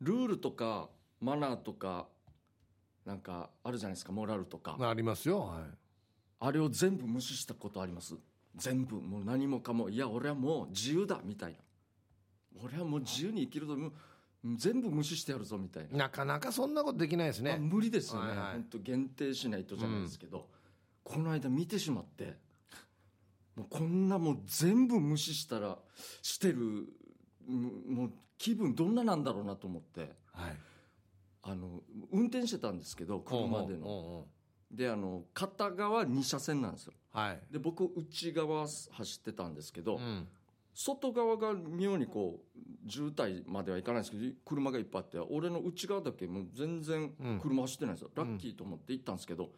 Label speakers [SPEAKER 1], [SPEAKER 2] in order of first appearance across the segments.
[SPEAKER 1] ルールとかマナーとかなんかあるじゃないですかモラルとか
[SPEAKER 2] ありますよ、はい、
[SPEAKER 1] あれを全部無視したことあります全部もう何もかもいや俺はもう自由だみたいな俺はもう自由に生きるぞもう全部無視してやるぞみたいな、
[SPEAKER 2] なかなかそんなことできないです
[SPEAKER 1] あ
[SPEAKER 2] ね
[SPEAKER 1] 無理ですよね、
[SPEAKER 2] はいはい
[SPEAKER 1] 本当限定しないとじゃないですけど、この間見てしまってもうこんなもう全部無視したらしてるうんもう気分どんななんだろうなと思って
[SPEAKER 2] はい
[SPEAKER 1] あの運転してたんですけど車での
[SPEAKER 2] おうおうおう
[SPEAKER 1] であの片側2車線なんですよ
[SPEAKER 2] はい、
[SPEAKER 1] で僕内側走ってたんですけど、
[SPEAKER 2] うん、
[SPEAKER 1] 外側が妙にこう渋滞まではいかないんですけど車がいっぱいあって俺の内側だけもう全然
[SPEAKER 2] うん
[SPEAKER 1] 車走ってないんですよ、
[SPEAKER 2] ん
[SPEAKER 1] ラッキーと思って行ったんですけど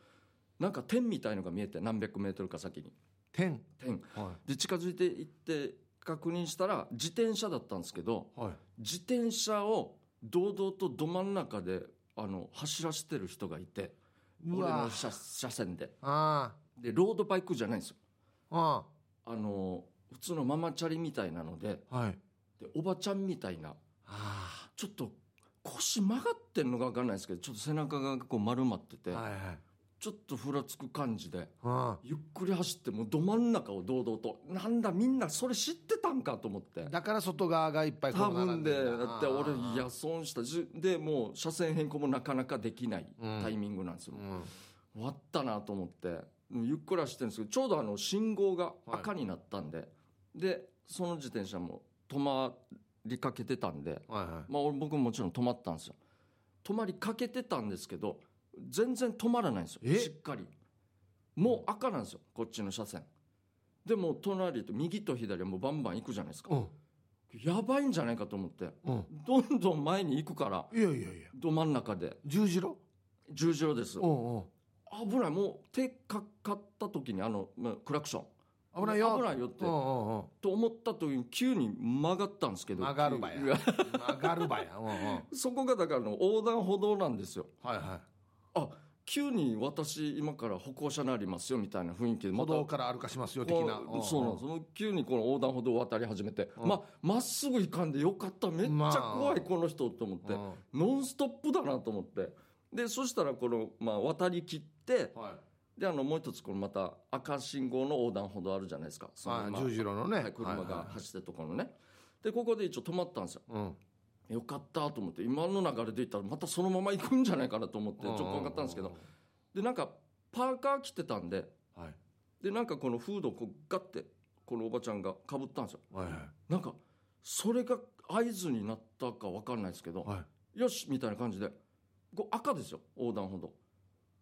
[SPEAKER 1] なんか点みたいのが見えて何百メートルか先に
[SPEAKER 2] 天
[SPEAKER 1] 点
[SPEAKER 2] は
[SPEAKER 1] で近づいて行って確認したら自転車だったんですけど
[SPEAKER 2] いはい
[SPEAKER 1] 自転車を堂々とど真ん中であの走らせてる人がいて
[SPEAKER 2] う
[SPEAKER 1] 俺
[SPEAKER 2] わ
[SPEAKER 1] の車車線で
[SPEAKER 2] あ
[SPEAKER 1] でロードバイクじゃないんですよ
[SPEAKER 2] ああ
[SPEAKER 1] あの普通のママチャリみたいなので
[SPEAKER 2] あはい
[SPEAKER 1] でおばちゃんみたいな
[SPEAKER 2] あ
[SPEAKER 1] ちょっと腰曲がってんのか分かんないですけどちょっと背中がこう丸まってて、
[SPEAKER 2] あはいはい
[SPEAKER 1] ちょっとふらつく感じで
[SPEAKER 2] あ
[SPEAKER 1] ゆっくり走ってもうど真ん中を堂々となんだみんなそれ知ってたんかと思って
[SPEAKER 2] あだから外側がいっぱい
[SPEAKER 1] 多分で
[SPEAKER 2] 並んるん
[SPEAKER 1] だって俺いや損したじでもう車線変更もなかなかできない
[SPEAKER 2] うん
[SPEAKER 1] タイミングなんですよ、
[SPEAKER 2] うん
[SPEAKER 1] 終わったなと思ってゆっくり走ってるんですけどちょうどあの信号が赤になったんで、でその自転車も止まりかけてたんで
[SPEAKER 2] はいはい
[SPEAKER 1] まあ、俺僕ももちろん止まったんですよ止まりかけてたんですけど全然止まらないんですよ
[SPEAKER 2] え
[SPEAKER 1] しっかりもう赤なんですよこっちの車線でもう隣と右と左はもうバンバン行くじゃないですか
[SPEAKER 2] うん
[SPEAKER 1] やばいんじゃないかと思って
[SPEAKER 2] うん
[SPEAKER 1] どんどん前に行くから
[SPEAKER 2] いやいやいや
[SPEAKER 1] ど真ん中で
[SPEAKER 2] 十字路
[SPEAKER 1] 十字路です
[SPEAKER 2] うんうん
[SPEAKER 1] 危ないもう手かかった時にあの、まあ、クラクション
[SPEAKER 2] 危ないよ
[SPEAKER 1] 危ないよって
[SPEAKER 2] うんうんうん
[SPEAKER 1] と思った時に急に曲がったんですけど
[SPEAKER 2] 曲がるばや
[SPEAKER 1] いや
[SPEAKER 2] 曲がるばやうんうんは い
[SPEAKER 1] そこがだからあの横断歩道なんですよ
[SPEAKER 2] は
[SPEAKER 1] 急に私今から歩行者になりますよみたいな雰囲気で
[SPEAKER 2] い
[SPEAKER 1] また
[SPEAKER 2] 歩道から歩かしますよ的な
[SPEAKER 1] こうそうなんですその急にこの横断歩道を渡り始めて
[SPEAKER 2] うん
[SPEAKER 1] ままっすぐ行かんでよかっためっち
[SPEAKER 2] ま
[SPEAKER 1] ゃ
[SPEAKER 2] あ
[SPEAKER 1] 怖いこの人と思って
[SPEAKER 2] うん
[SPEAKER 1] ノンストップだなと思ってでそしたらこの、まあ、渡り切って
[SPEAKER 2] は
[SPEAKER 1] であのもう一つこのまた赤信号の横断歩道あるじゃないですか
[SPEAKER 2] い
[SPEAKER 1] その
[SPEAKER 2] はい
[SPEAKER 1] まあ
[SPEAKER 2] 十字路のね
[SPEAKER 1] はい車
[SPEAKER 2] はいはい
[SPEAKER 1] が走ってるところのねでここで一応止まったんですよ
[SPEAKER 2] うん
[SPEAKER 1] よかったと思って今の流れでいったらまたそのまま行くんじゃないかなと思ってちょっと怖かったんですけどでなんかパーカー着てたんで
[SPEAKER 2] はい
[SPEAKER 1] でなんかこのフードをこうガッてこのおばちゃんがかぶったんですよ
[SPEAKER 2] はい
[SPEAKER 1] なんかそれが合図になったか分かんないですけど、
[SPEAKER 2] はい
[SPEAKER 1] よしみたいな感じでこう赤ですよ横断歩道、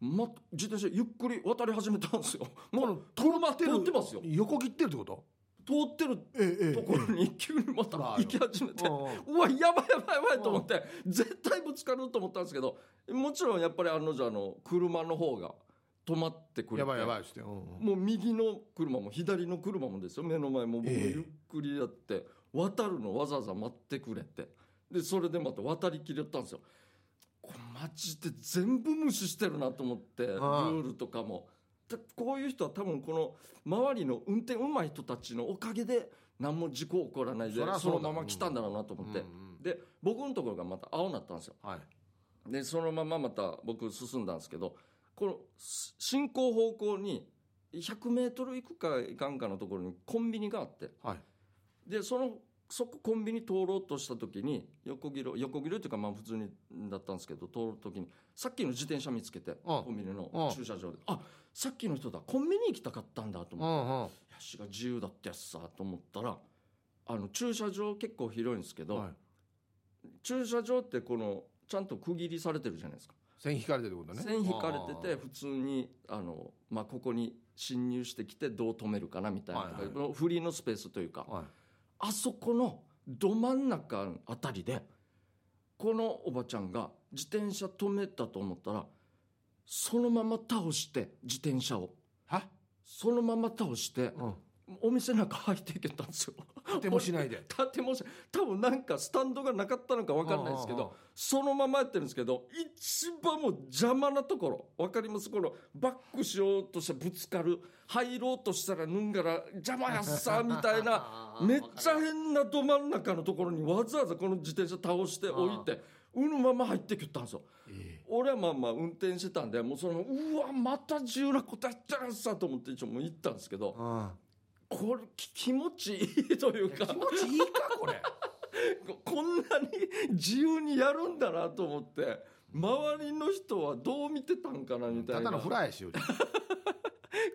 [SPEAKER 1] ま、自転車ゆっくり渡り始めたんですよもう車通ってますよ
[SPEAKER 2] 横切ってるってこと
[SPEAKER 1] 通ってる
[SPEAKER 2] えええ
[SPEAKER 1] と ころに急にまた
[SPEAKER 2] まあ
[SPEAKER 1] 行き始めて
[SPEAKER 2] うんうん
[SPEAKER 1] うわやばいやばいやばいと思って絶対ぶつかると思ったんですけどもちろんやっぱりあのじゃあの車の方が止まってくれて
[SPEAKER 2] やばいやばいしてうんうん
[SPEAKER 1] もう右の車も左の車もですよ目の前もう
[SPEAKER 2] ええ
[SPEAKER 1] ゆっくりやって渡るのわざわざ待ってくれてでそれでまた渡りきれたんですよこれマジで全部無視してるなと思ってル
[SPEAKER 2] ああ
[SPEAKER 1] ールとかもでこういう人は多分この周りの運転うまい人たちのおかげで何も事故起こらないで
[SPEAKER 2] そりゃ
[SPEAKER 1] そ
[SPEAKER 2] そうだ
[SPEAKER 1] のまま来たんだろうなと思って、
[SPEAKER 2] うんうん
[SPEAKER 1] で僕のところがまた青になったんですよ
[SPEAKER 2] はい
[SPEAKER 1] でそのまままた僕進んだんですけどこのす進行方向に100メートル行くか行かんかのところにコンビニがあって
[SPEAKER 2] はい
[SPEAKER 1] でそのそこコンビニ通ろうとした時に横切る横切るというかまあ普通にだったんですけど通る時にさっきの自転車見つけてコンビニの駐車場であさっきの人だコンビニ行きたかったんだと
[SPEAKER 2] う
[SPEAKER 1] 思って
[SPEAKER 2] んうん
[SPEAKER 1] いやしが自由だったやつさと思ったらあの駐車場結構広いんですけど、
[SPEAKER 2] はい
[SPEAKER 1] 駐車場ってこのちゃんと区切りされてるじゃないですか。
[SPEAKER 2] 線引かれてるってことね
[SPEAKER 1] 線引かれて
[SPEAKER 2] あ
[SPEAKER 1] て普通にあの、まあ、ここに侵入してきてどう止めるかなみたいなとか、
[SPEAKER 2] はいはい
[SPEAKER 1] このフリーのスペースというか
[SPEAKER 2] あはい
[SPEAKER 1] あそこのど真ん中あたりでこのおばちゃんが自転車止めたと思ったらそのまま倒して自転車を
[SPEAKER 2] は
[SPEAKER 1] そのまま倒して
[SPEAKER 2] う
[SPEAKER 1] お店なんか入っていけたんですよ
[SPEAKER 2] ん手もしないで
[SPEAKER 1] 立てもし多分なんかスタンドがなかったのか分かんないですけどそのままやってるんですけど一番もう邪魔なところ分かりますこのバックしようとしてぶつかる入ろうとしたら脱んがら邪魔やっさみたいなめっちゃ変など真ん中のところにわざわざこの自転車倒しておいてうぬまま入ってきよったんですよ
[SPEAKER 2] え
[SPEAKER 1] 俺はまあまあ運転してたんでもうそのうわまた重なことやってるんさと思って一応もう行ったんですけど
[SPEAKER 2] あ
[SPEAKER 1] これき気持ちいいという
[SPEAKER 2] 気
[SPEAKER 1] か
[SPEAKER 2] 持ちいいかこれ
[SPEAKER 1] ここんなに自由にやるんだなと思って周りの人はどう見てたんかな みた
[SPEAKER 2] た
[SPEAKER 1] い
[SPEAKER 2] だ
[SPEAKER 1] な
[SPEAKER 2] のフライやしより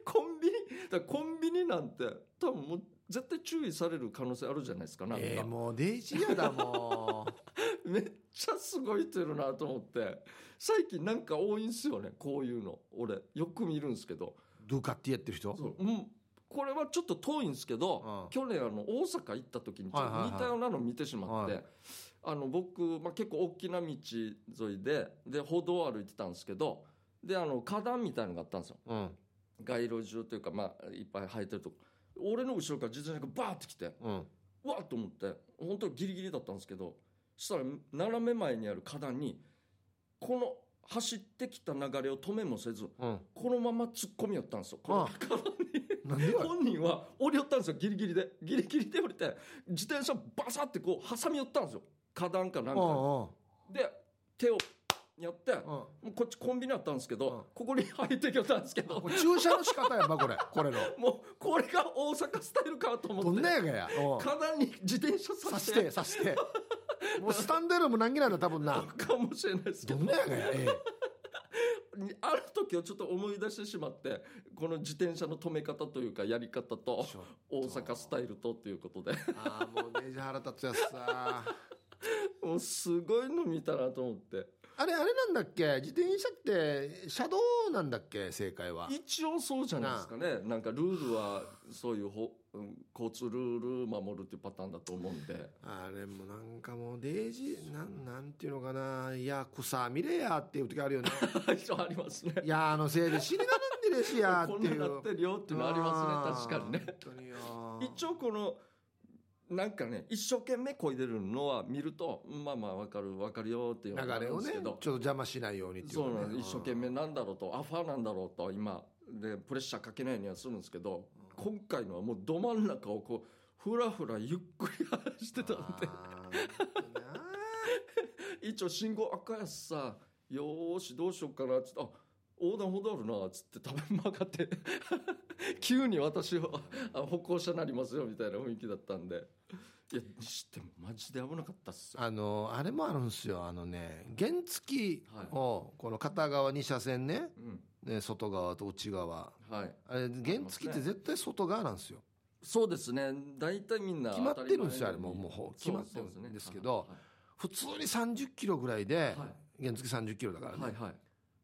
[SPEAKER 1] コンビニだからコンビニなんて多分もう絶対注意される可能性あるじゃないですかなんか、
[SPEAKER 2] えー、もうデイジーやだもう
[SPEAKER 1] めっちゃすごい人いるなと思って最近なんか多いんすよねこういうの俺よく見るんですけど
[SPEAKER 2] ドゥカってやってる人
[SPEAKER 1] そう、うん、これはちょっと遠いんですけど、
[SPEAKER 2] うん
[SPEAKER 1] 去年あの大阪行った時にちょっ
[SPEAKER 2] はいは
[SPEAKER 1] と
[SPEAKER 2] いはい
[SPEAKER 1] 似たようなの見てしまって、
[SPEAKER 2] はい
[SPEAKER 1] あの僕、まあ、結構大きな道沿いでで歩道を歩いてたんですけどであの花壇みたいのがあったんですよ
[SPEAKER 2] うん
[SPEAKER 1] 街路樹というか、まあ、いっぱい生えてるとこ俺の後ろから自転車がバーって来て
[SPEAKER 2] うん
[SPEAKER 1] うわっと思って本当ギリギリだったんですけどしたら斜め前にある花壇にこの走ってきた流れを止めもせず
[SPEAKER 2] うん
[SPEAKER 1] このまま突っ込み寄ったんですよこの
[SPEAKER 2] あ
[SPEAKER 1] 花壇に
[SPEAKER 2] なんでよ
[SPEAKER 1] 本人は降りよったんですよギリギリでギリギリで降りて自転車バサってこう挟み寄ったんですよ花壇かなんかで手をやって
[SPEAKER 2] うんうんうん
[SPEAKER 1] もうこっちコンビニあったんですけ
[SPEAKER 2] うん
[SPEAKER 1] どここに入ってきよったんですけど
[SPEAKER 2] これ注射の仕方やんばこれこれの
[SPEAKER 1] もうこれが大阪スタイルかと
[SPEAKER 2] ど
[SPEAKER 1] 思っ
[SPEAKER 2] んな
[SPEAKER 1] て
[SPEAKER 2] やが やうん
[SPEAKER 1] 花壇に自転車
[SPEAKER 2] 刺
[SPEAKER 1] さ
[SPEAKER 2] し
[SPEAKER 1] せ
[SPEAKER 2] て
[SPEAKER 1] て
[SPEAKER 2] 刺 してもうスタンデルも難儀なんだ多分な
[SPEAKER 1] かもしれないですけ
[SPEAKER 2] ど
[SPEAKER 1] ど
[SPEAKER 2] んなやがやえ
[SPEAKER 1] にある時をちょっと思い出してしまってこの自転車の止め方というかやり方
[SPEAKER 2] え
[SPEAKER 1] と大阪スタイルとということで
[SPEAKER 2] ああもうネジ腹立つやつさ
[SPEAKER 1] もうすごいの見たなと思って
[SPEAKER 2] あれあれなんだっけ自転車って車道なんだっけ正解は
[SPEAKER 1] 一応そうじゃないですかねなんかルールはそういうほ、うん交通ルール守るっていうパターンだと思うんで
[SPEAKER 2] あれもなんかもうデイジーなんなんていうのかないや草見れやっていう時あるよね
[SPEAKER 1] そうありますね
[SPEAKER 2] いやあのせいで死になるんでれしや
[SPEAKER 1] こ
[SPEAKER 2] っ
[SPEAKER 1] ん
[SPEAKER 2] て
[SPEAKER 1] ないな
[SPEAKER 2] う
[SPEAKER 1] ってるよっていうのありますね確かにね
[SPEAKER 2] 本当によ
[SPEAKER 1] 一応このなんかね一生懸命こいでるのは見るとまあまあわかるわかるよっていうのがあ
[SPEAKER 2] 流れ
[SPEAKER 1] るん
[SPEAKER 2] を
[SPEAKER 1] で
[SPEAKER 2] ね
[SPEAKER 1] すけ
[SPEAKER 2] ちょっ
[SPEAKER 1] ど
[SPEAKER 2] と邪魔しないようにっていうか
[SPEAKER 1] そ
[SPEAKER 2] ね
[SPEAKER 1] うなんです一生懸命なんだろうとアファーなんだろうと今でプレッシャーかけないようにはするんですけど今回のはもうど真ん中をこうふらふらゆっくり 走ってたんで
[SPEAKER 2] あー本当な
[SPEAKER 1] 一応信号赤やしさよーしどうしようかなっつってあ横断歩道あるなっつって多分曲がって 急に私はあ歩行者になりますよみたいな雰囲気だったんでいやにしてもマジで危なかったっすよ
[SPEAKER 2] あのあれもあるんですよあのね原付をこの片側2車線ね
[SPEAKER 1] うん
[SPEAKER 2] ね外側と内側
[SPEAKER 1] はい
[SPEAKER 2] あれ原付って絶対外側なんですよ
[SPEAKER 1] そうですね大体みんな
[SPEAKER 2] 決まってるんですよあれもうもう
[SPEAKER 1] う
[SPEAKER 2] ほ決まってるんですけど普通に30キロぐらいで
[SPEAKER 1] は
[SPEAKER 2] 原付30キロだから
[SPEAKER 1] いはい
[SPEAKER 2] ね
[SPEAKER 1] はい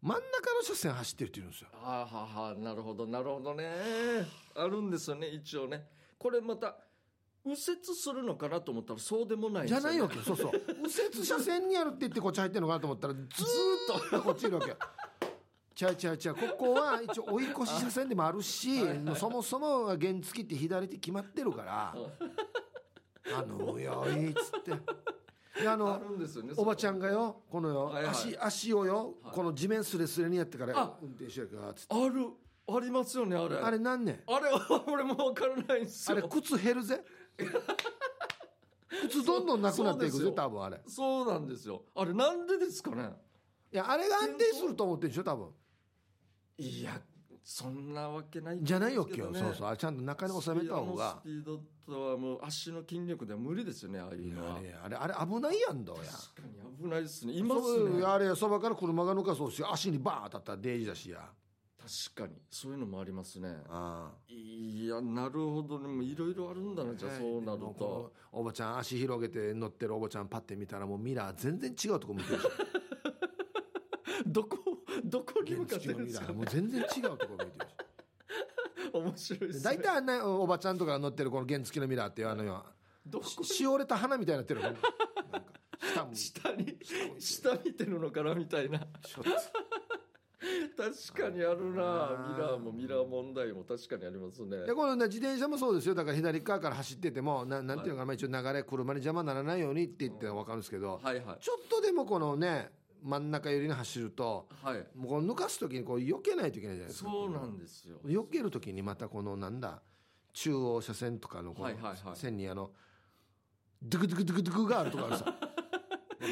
[SPEAKER 2] 真ん中の車線走ってるって言うんですよ
[SPEAKER 1] あーはーはーなるほどなるほどねあるんですよね一応ねこれまた右折するのかなと思ったらそうでもないん
[SPEAKER 2] じ
[SPEAKER 1] で
[SPEAKER 2] ゃ
[SPEAKER 1] すよ
[SPEAKER 2] な
[SPEAKER 1] ね
[SPEAKER 2] いわけよそうそう右折車線にやるって言ってこっち入ってるのかなと思ったらずーっとこっちいるわけよちゃうちゃうちゃうここは一応追い越し車線でもあるしそもそも原付って左って決まってる から「あのよい」っつってであ
[SPEAKER 1] あ
[SPEAKER 2] の
[SPEAKER 1] るんですよね
[SPEAKER 2] おばちゃ
[SPEAKER 1] ん
[SPEAKER 2] んがよこのよ、
[SPEAKER 1] はいはい
[SPEAKER 2] 足足をよ、
[SPEAKER 1] はい
[SPEAKER 2] この地面すれすれにやってから
[SPEAKER 1] あ
[SPEAKER 2] 運転してるからっつって
[SPEAKER 1] あるありますよねあれ
[SPEAKER 2] あれなんねん
[SPEAKER 1] あれは俺も分からないんです
[SPEAKER 2] あ
[SPEAKER 1] よ
[SPEAKER 2] れ靴減 るぜ靴どんどんなくなってい
[SPEAKER 1] そうで
[SPEAKER 2] く
[SPEAKER 1] す
[SPEAKER 2] ぜ
[SPEAKER 1] よ
[SPEAKER 2] 多分あれ
[SPEAKER 1] そうなんですよあれなんでですかね
[SPEAKER 2] いやあれが安定すると思ってるでしょ多分
[SPEAKER 1] いやそんなわけない
[SPEAKER 2] じゃないよ今日、そうそ
[SPEAKER 1] う
[SPEAKER 2] うあれちゃんと中に収めた方が
[SPEAKER 1] スピードのスピードとはもう足の筋力では無理ですよねああいうのは
[SPEAKER 2] あれあれあれ危ないやんどうや
[SPEAKER 1] 確かに危ないですねいます
[SPEAKER 2] そう
[SPEAKER 1] ね
[SPEAKER 2] あれやそばから車が抜かそうし足にバーン当たったらデイジだしや
[SPEAKER 1] 確かにそういうのもありますね
[SPEAKER 2] あ
[SPEAKER 1] いやなるほどねもういろいろあるんだなじゃあそうなると
[SPEAKER 2] おばちゃん足広げて乗ってるおばちゃんパッて見たらもうミラー全然違うとこ向いて るし
[SPEAKER 1] どこどこに向か
[SPEAKER 2] 原
[SPEAKER 1] って
[SPEAKER 2] 付
[SPEAKER 1] るん
[SPEAKER 2] の
[SPEAKER 1] で
[SPEAKER 2] ミ
[SPEAKER 1] す
[SPEAKER 2] ラ
[SPEAKER 1] か
[SPEAKER 2] ーもう全然違うとこ向いてるし
[SPEAKER 1] 面白いです
[SPEAKER 2] 大
[SPEAKER 1] ね
[SPEAKER 2] 体あんなおばちゃんとかが乗ってるこの原付のミラーっていうあのよ
[SPEAKER 1] どこ
[SPEAKER 2] しおれた花みたいになってるなんか下も
[SPEAKER 1] 下に下見てるのかなみたいな
[SPEAKER 2] ちょっと
[SPEAKER 1] 確かにあるな
[SPEAKER 2] あー
[SPEAKER 1] ミラーもミラー問題も確かにありますね
[SPEAKER 2] でこの、ね、自転車もそうですよだから左側から走っててもななんていうのかな、まあ一応流れ車に邪魔にならないようにって言ってのは分かるんですけど、
[SPEAKER 1] はいはい
[SPEAKER 2] ちょっとでもこのね真ん中寄りに走ると
[SPEAKER 1] はい
[SPEAKER 2] もうこの抜かす時にこう避けないといけないじゃないですか
[SPEAKER 1] そうなんですよ
[SPEAKER 2] 避ける時にまたこのなんだ中央車線とかのこ
[SPEAKER 1] はいはいは
[SPEAKER 2] の
[SPEAKER 1] い
[SPEAKER 2] 線にあのドゥクドゥクドゥクドゥクがあるとかあるさわか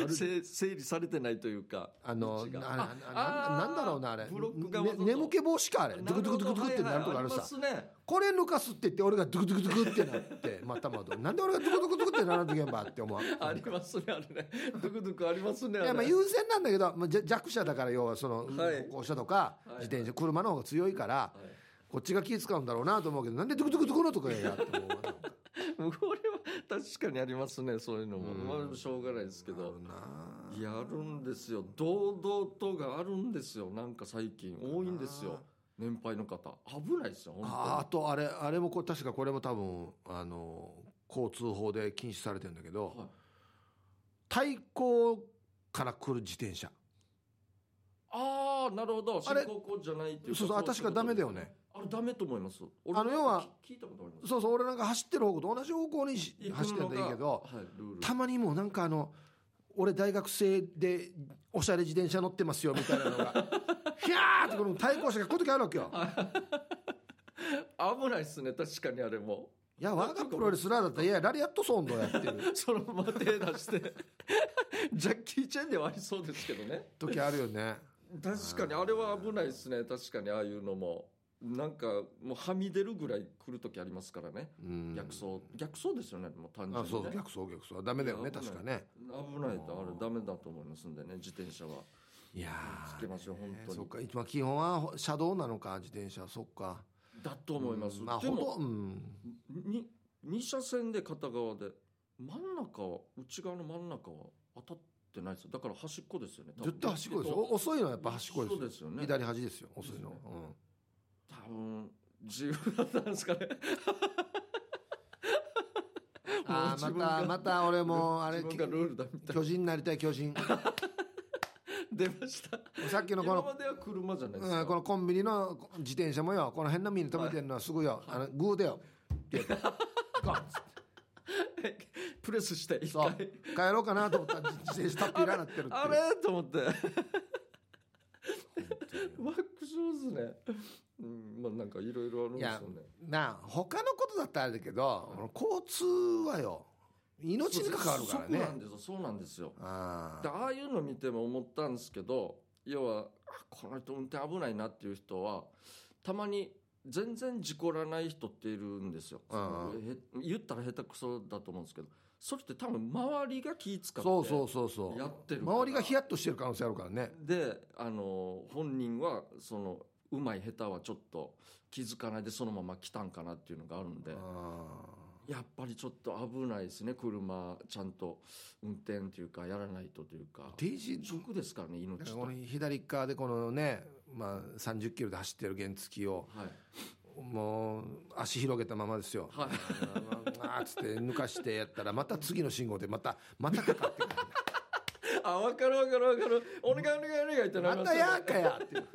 [SPEAKER 2] る
[SPEAKER 1] せ整理されてないというか
[SPEAKER 2] あの
[SPEAKER 1] 違う
[SPEAKER 2] あな
[SPEAKER 1] あ
[SPEAKER 2] ななんだろうなあれ
[SPEAKER 1] ブロックが
[SPEAKER 2] ね
[SPEAKER 1] わざと
[SPEAKER 2] 眠気防止かあれドゥクドゥクドゥクドゥクって
[SPEAKER 1] な
[SPEAKER 2] な
[SPEAKER 1] る
[SPEAKER 2] る
[SPEAKER 1] ほ
[SPEAKER 2] と
[SPEAKER 1] どはい
[SPEAKER 2] かある
[SPEAKER 1] はいありま
[SPEAKER 2] さ
[SPEAKER 1] すね
[SPEAKER 2] これ抜かすって言って俺がドゥクドゥクドゥクってなってまたまたなんで俺がドゥクドゥクドゥクってならんとけんばって思う
[SPEAKER 1] ありますねあれ ねドクドクありますね
[SPEAKER 2] いやまあ
[SPEAKER 1] あれ
[SPEAKER 2] 優先なんだけど、まあ、じゃ弱者だから要はその
[SPEAKER 1] はい
[SPEAKER 2] 歩行者とか
[SPEAKER 1] い
[SPEAKER 2] 自転車車の方が強いからこっちが気使うんだろうなと思うけどなんでドゥクドゥクドゥクのとかやって思うわ
[SPEAKER 1] はいこれは確かにありますねそういうのも
[SPEAKER 2] うん
[SPEAKER 1] まあしょうがないですけど
[SPEAKER 2] なあ
[SPEAKER 1] やるんですよ堂々とがあるんですよなんか最近多いんですよ年配の方危ないですよ
[SPEAKER 2] ああ
[SPEAKER 1] 本
[SPEAKER 2] とあれあれもこう確かこれも多分あの交通法で禁止されてるんだけど、
[SPEAKER 1] はい
[SPEAKER 2] 対向から来る自転車
[SPEAKER 1] 当にああなるほど
[SPEAKER 2] あれ
[SPEAKER 1] 新高校じゃないっていう
[SPEAKER 2] そうそうあ確かダメだよね
[SPEAKER 1] あれダメと思います俺
[SPEAKER 2] あの要は
[SPEAKER 1] 聞聞いたことあります
[SPEAKER 2] そうそう俺なんか走ってる方向と同じ方向にし
[SPEAKER 1] 行くのが
[SPEAKER 2] 走ってんだいいけど
[SPEAKER 1] はいルール
[SPEAKER 2] たまにもうなんかあの俺大学生でおしゃれ自転車乗ってますよみたいなのが ひゃーってこの対向車が来る時あるわけよ
[SPEAKER 1] 危ないですね確かにあれも
[SPEAKER 2] いや我がプロレスラーだったらいやラリアットソンドやってる
[SPEAKER 1] そのまま手出して ジャッキー・チェンではありそうですけどね
[SPEAKER 2] 時あるよね
[SPEAKER 1] 確かにあれは危ないですね確かにああいうのもなんかもうはみ出るぐらい来る時ありますからね
[SPEAKER 2] うん
[SPEAKER 1] 逆走逆走ですよねもう単
[SPEAKER 2] あ
[SPEAKER 1] 純
[SPEAKER 2] そう
[SPEAKER 1] に、ね、
[SPEAKER 2] 逆走逆走ダメだよね確かね
[SPEAKER 1] 危ないとあれダメだと思いますんでね自転車はい
[SPEAKER 2] やー
[SPEAKER 1] つけましょう本当に
[SPEAKER 2] そっか一番基本は車道なのか自転車そっか
[SPEAKER 1] だと思います、
[SPEAKER 2] うんまあ
[SPEAKER 1] で
[SPEAKER 2] ほ
[SPEAKER 1] も
[SPEAKER 2] とうん
[SPEAKER 1] に2車線で片側で真ん中は内側の真ん中は当たってないですよだから端っこですよね多分
[SPEAKER 2] 絶対端っこですよお遅いのはやっぱ端っこです
[SPEAKER 1] そ
[SPEAKER 2] よ
[SPEAKER 1] うですよね
[SPEAKER 2] 左端ですよ遅いの
[SPEAKER 1] です
[SPEAKER 2] うん
[SPEAKER 1] 多分自由だったんですかね も
[SPEAKER 2] あー
[SPEAKER 1] う自分
[SPEAKER 2] ま
[SPEAKER 1] が
[SPEAKER 2] たまた俺もあれ
[SPEAKER 1] 自分がルールだみたい
[SPEAKER 2] 巨人になりたい巨 人
[SPEAKER 1] 出ました
[SPEAKER 2] さっきのこ
[SPEAKER 1] 今
[SPEAKER 2] の
[SPEAKER 1] までは車じゃないです
[SPEAKER 2] う
[SPEAKER 1] か
[SPEAKER 2] ん、このコンビニのこ自転車もよこの辺の身に止めてるのはすごいよ、あのグーだよって言ってガッつっ
[SPEAKER 1] プレスして
[SPEAKER 2] て
[SPEAKER 1] 一
[SPEAKER 2] そう
[SPEAKER 1] 回
[SPEAKER 2] 帰ろうかなと思った ら自自転車タッピーラーなってるって
[SPEAKER 1] あ
[SPEAKER 2] いう
[SPEAKER 1] れと思ってワックス上手ねうんまあなんかいろいろあるんですよね
[SPEAKER 2] なあ他のことだったらあれだけどこの交通はよ命に関わるから
[SPEAKER 1] そう
[SPEAKER 2] ね
[SPEAKER 1] なんですよそうなんですよ
[SPEAKER 2] あ
[SPEAKER 1] で
[SPEAKER 2] あ
[SPEAKER 1] ああいうの見ても思ったんですけど要はあこの人運転危ないなっていう人はたまに全然事故らない人っているんですよ、
[SPEAKER 2] うんうん
[SPEAKER 1] へ言ったら下手くそだと思うんですけどそれって多分周りが気使って
[SPEAKER 2] そうそうそうそう
[SPEAKER 1] やってるから
[SPEAKER 2] 周りがヒヤッとしてる可能性あるからね
[SPEAKER 1] であの本人はそのうまい下手はちょっと気づかないでそのまま来たんかなっていうのがあるんで
[SPEAKER 2] あ
[SPEAKER 1] やっぱりちょっと危ないですね車ちゃんと運転というかやらないとというか
[SPEAKER 2] あ定時
[SPEAKER 1] 直ですからね命と
[SPEAKER 2] この左側でこのね、まあ、30キロで走ってる原付を
[SPEAKER 1] はい
[SPEAKER 2] もう足広げたままですよ。
[SPEAKER 1] はい
[SPEAKER 2] あーっつって抜かしてやったらまた次の信号でまたまたかか ってく
[SPEAKER 1] あ、わかるわかるわかる。お願いお願いお願いって
[SPEAKER 2] る
[SPEAKER 1] な
[SPEAKER 2] ま
[SPEAKER 1] りま
[SPEAKER 2] た
[SPEAKER 1] すよね
[SPEAKER 2] やーかやっていう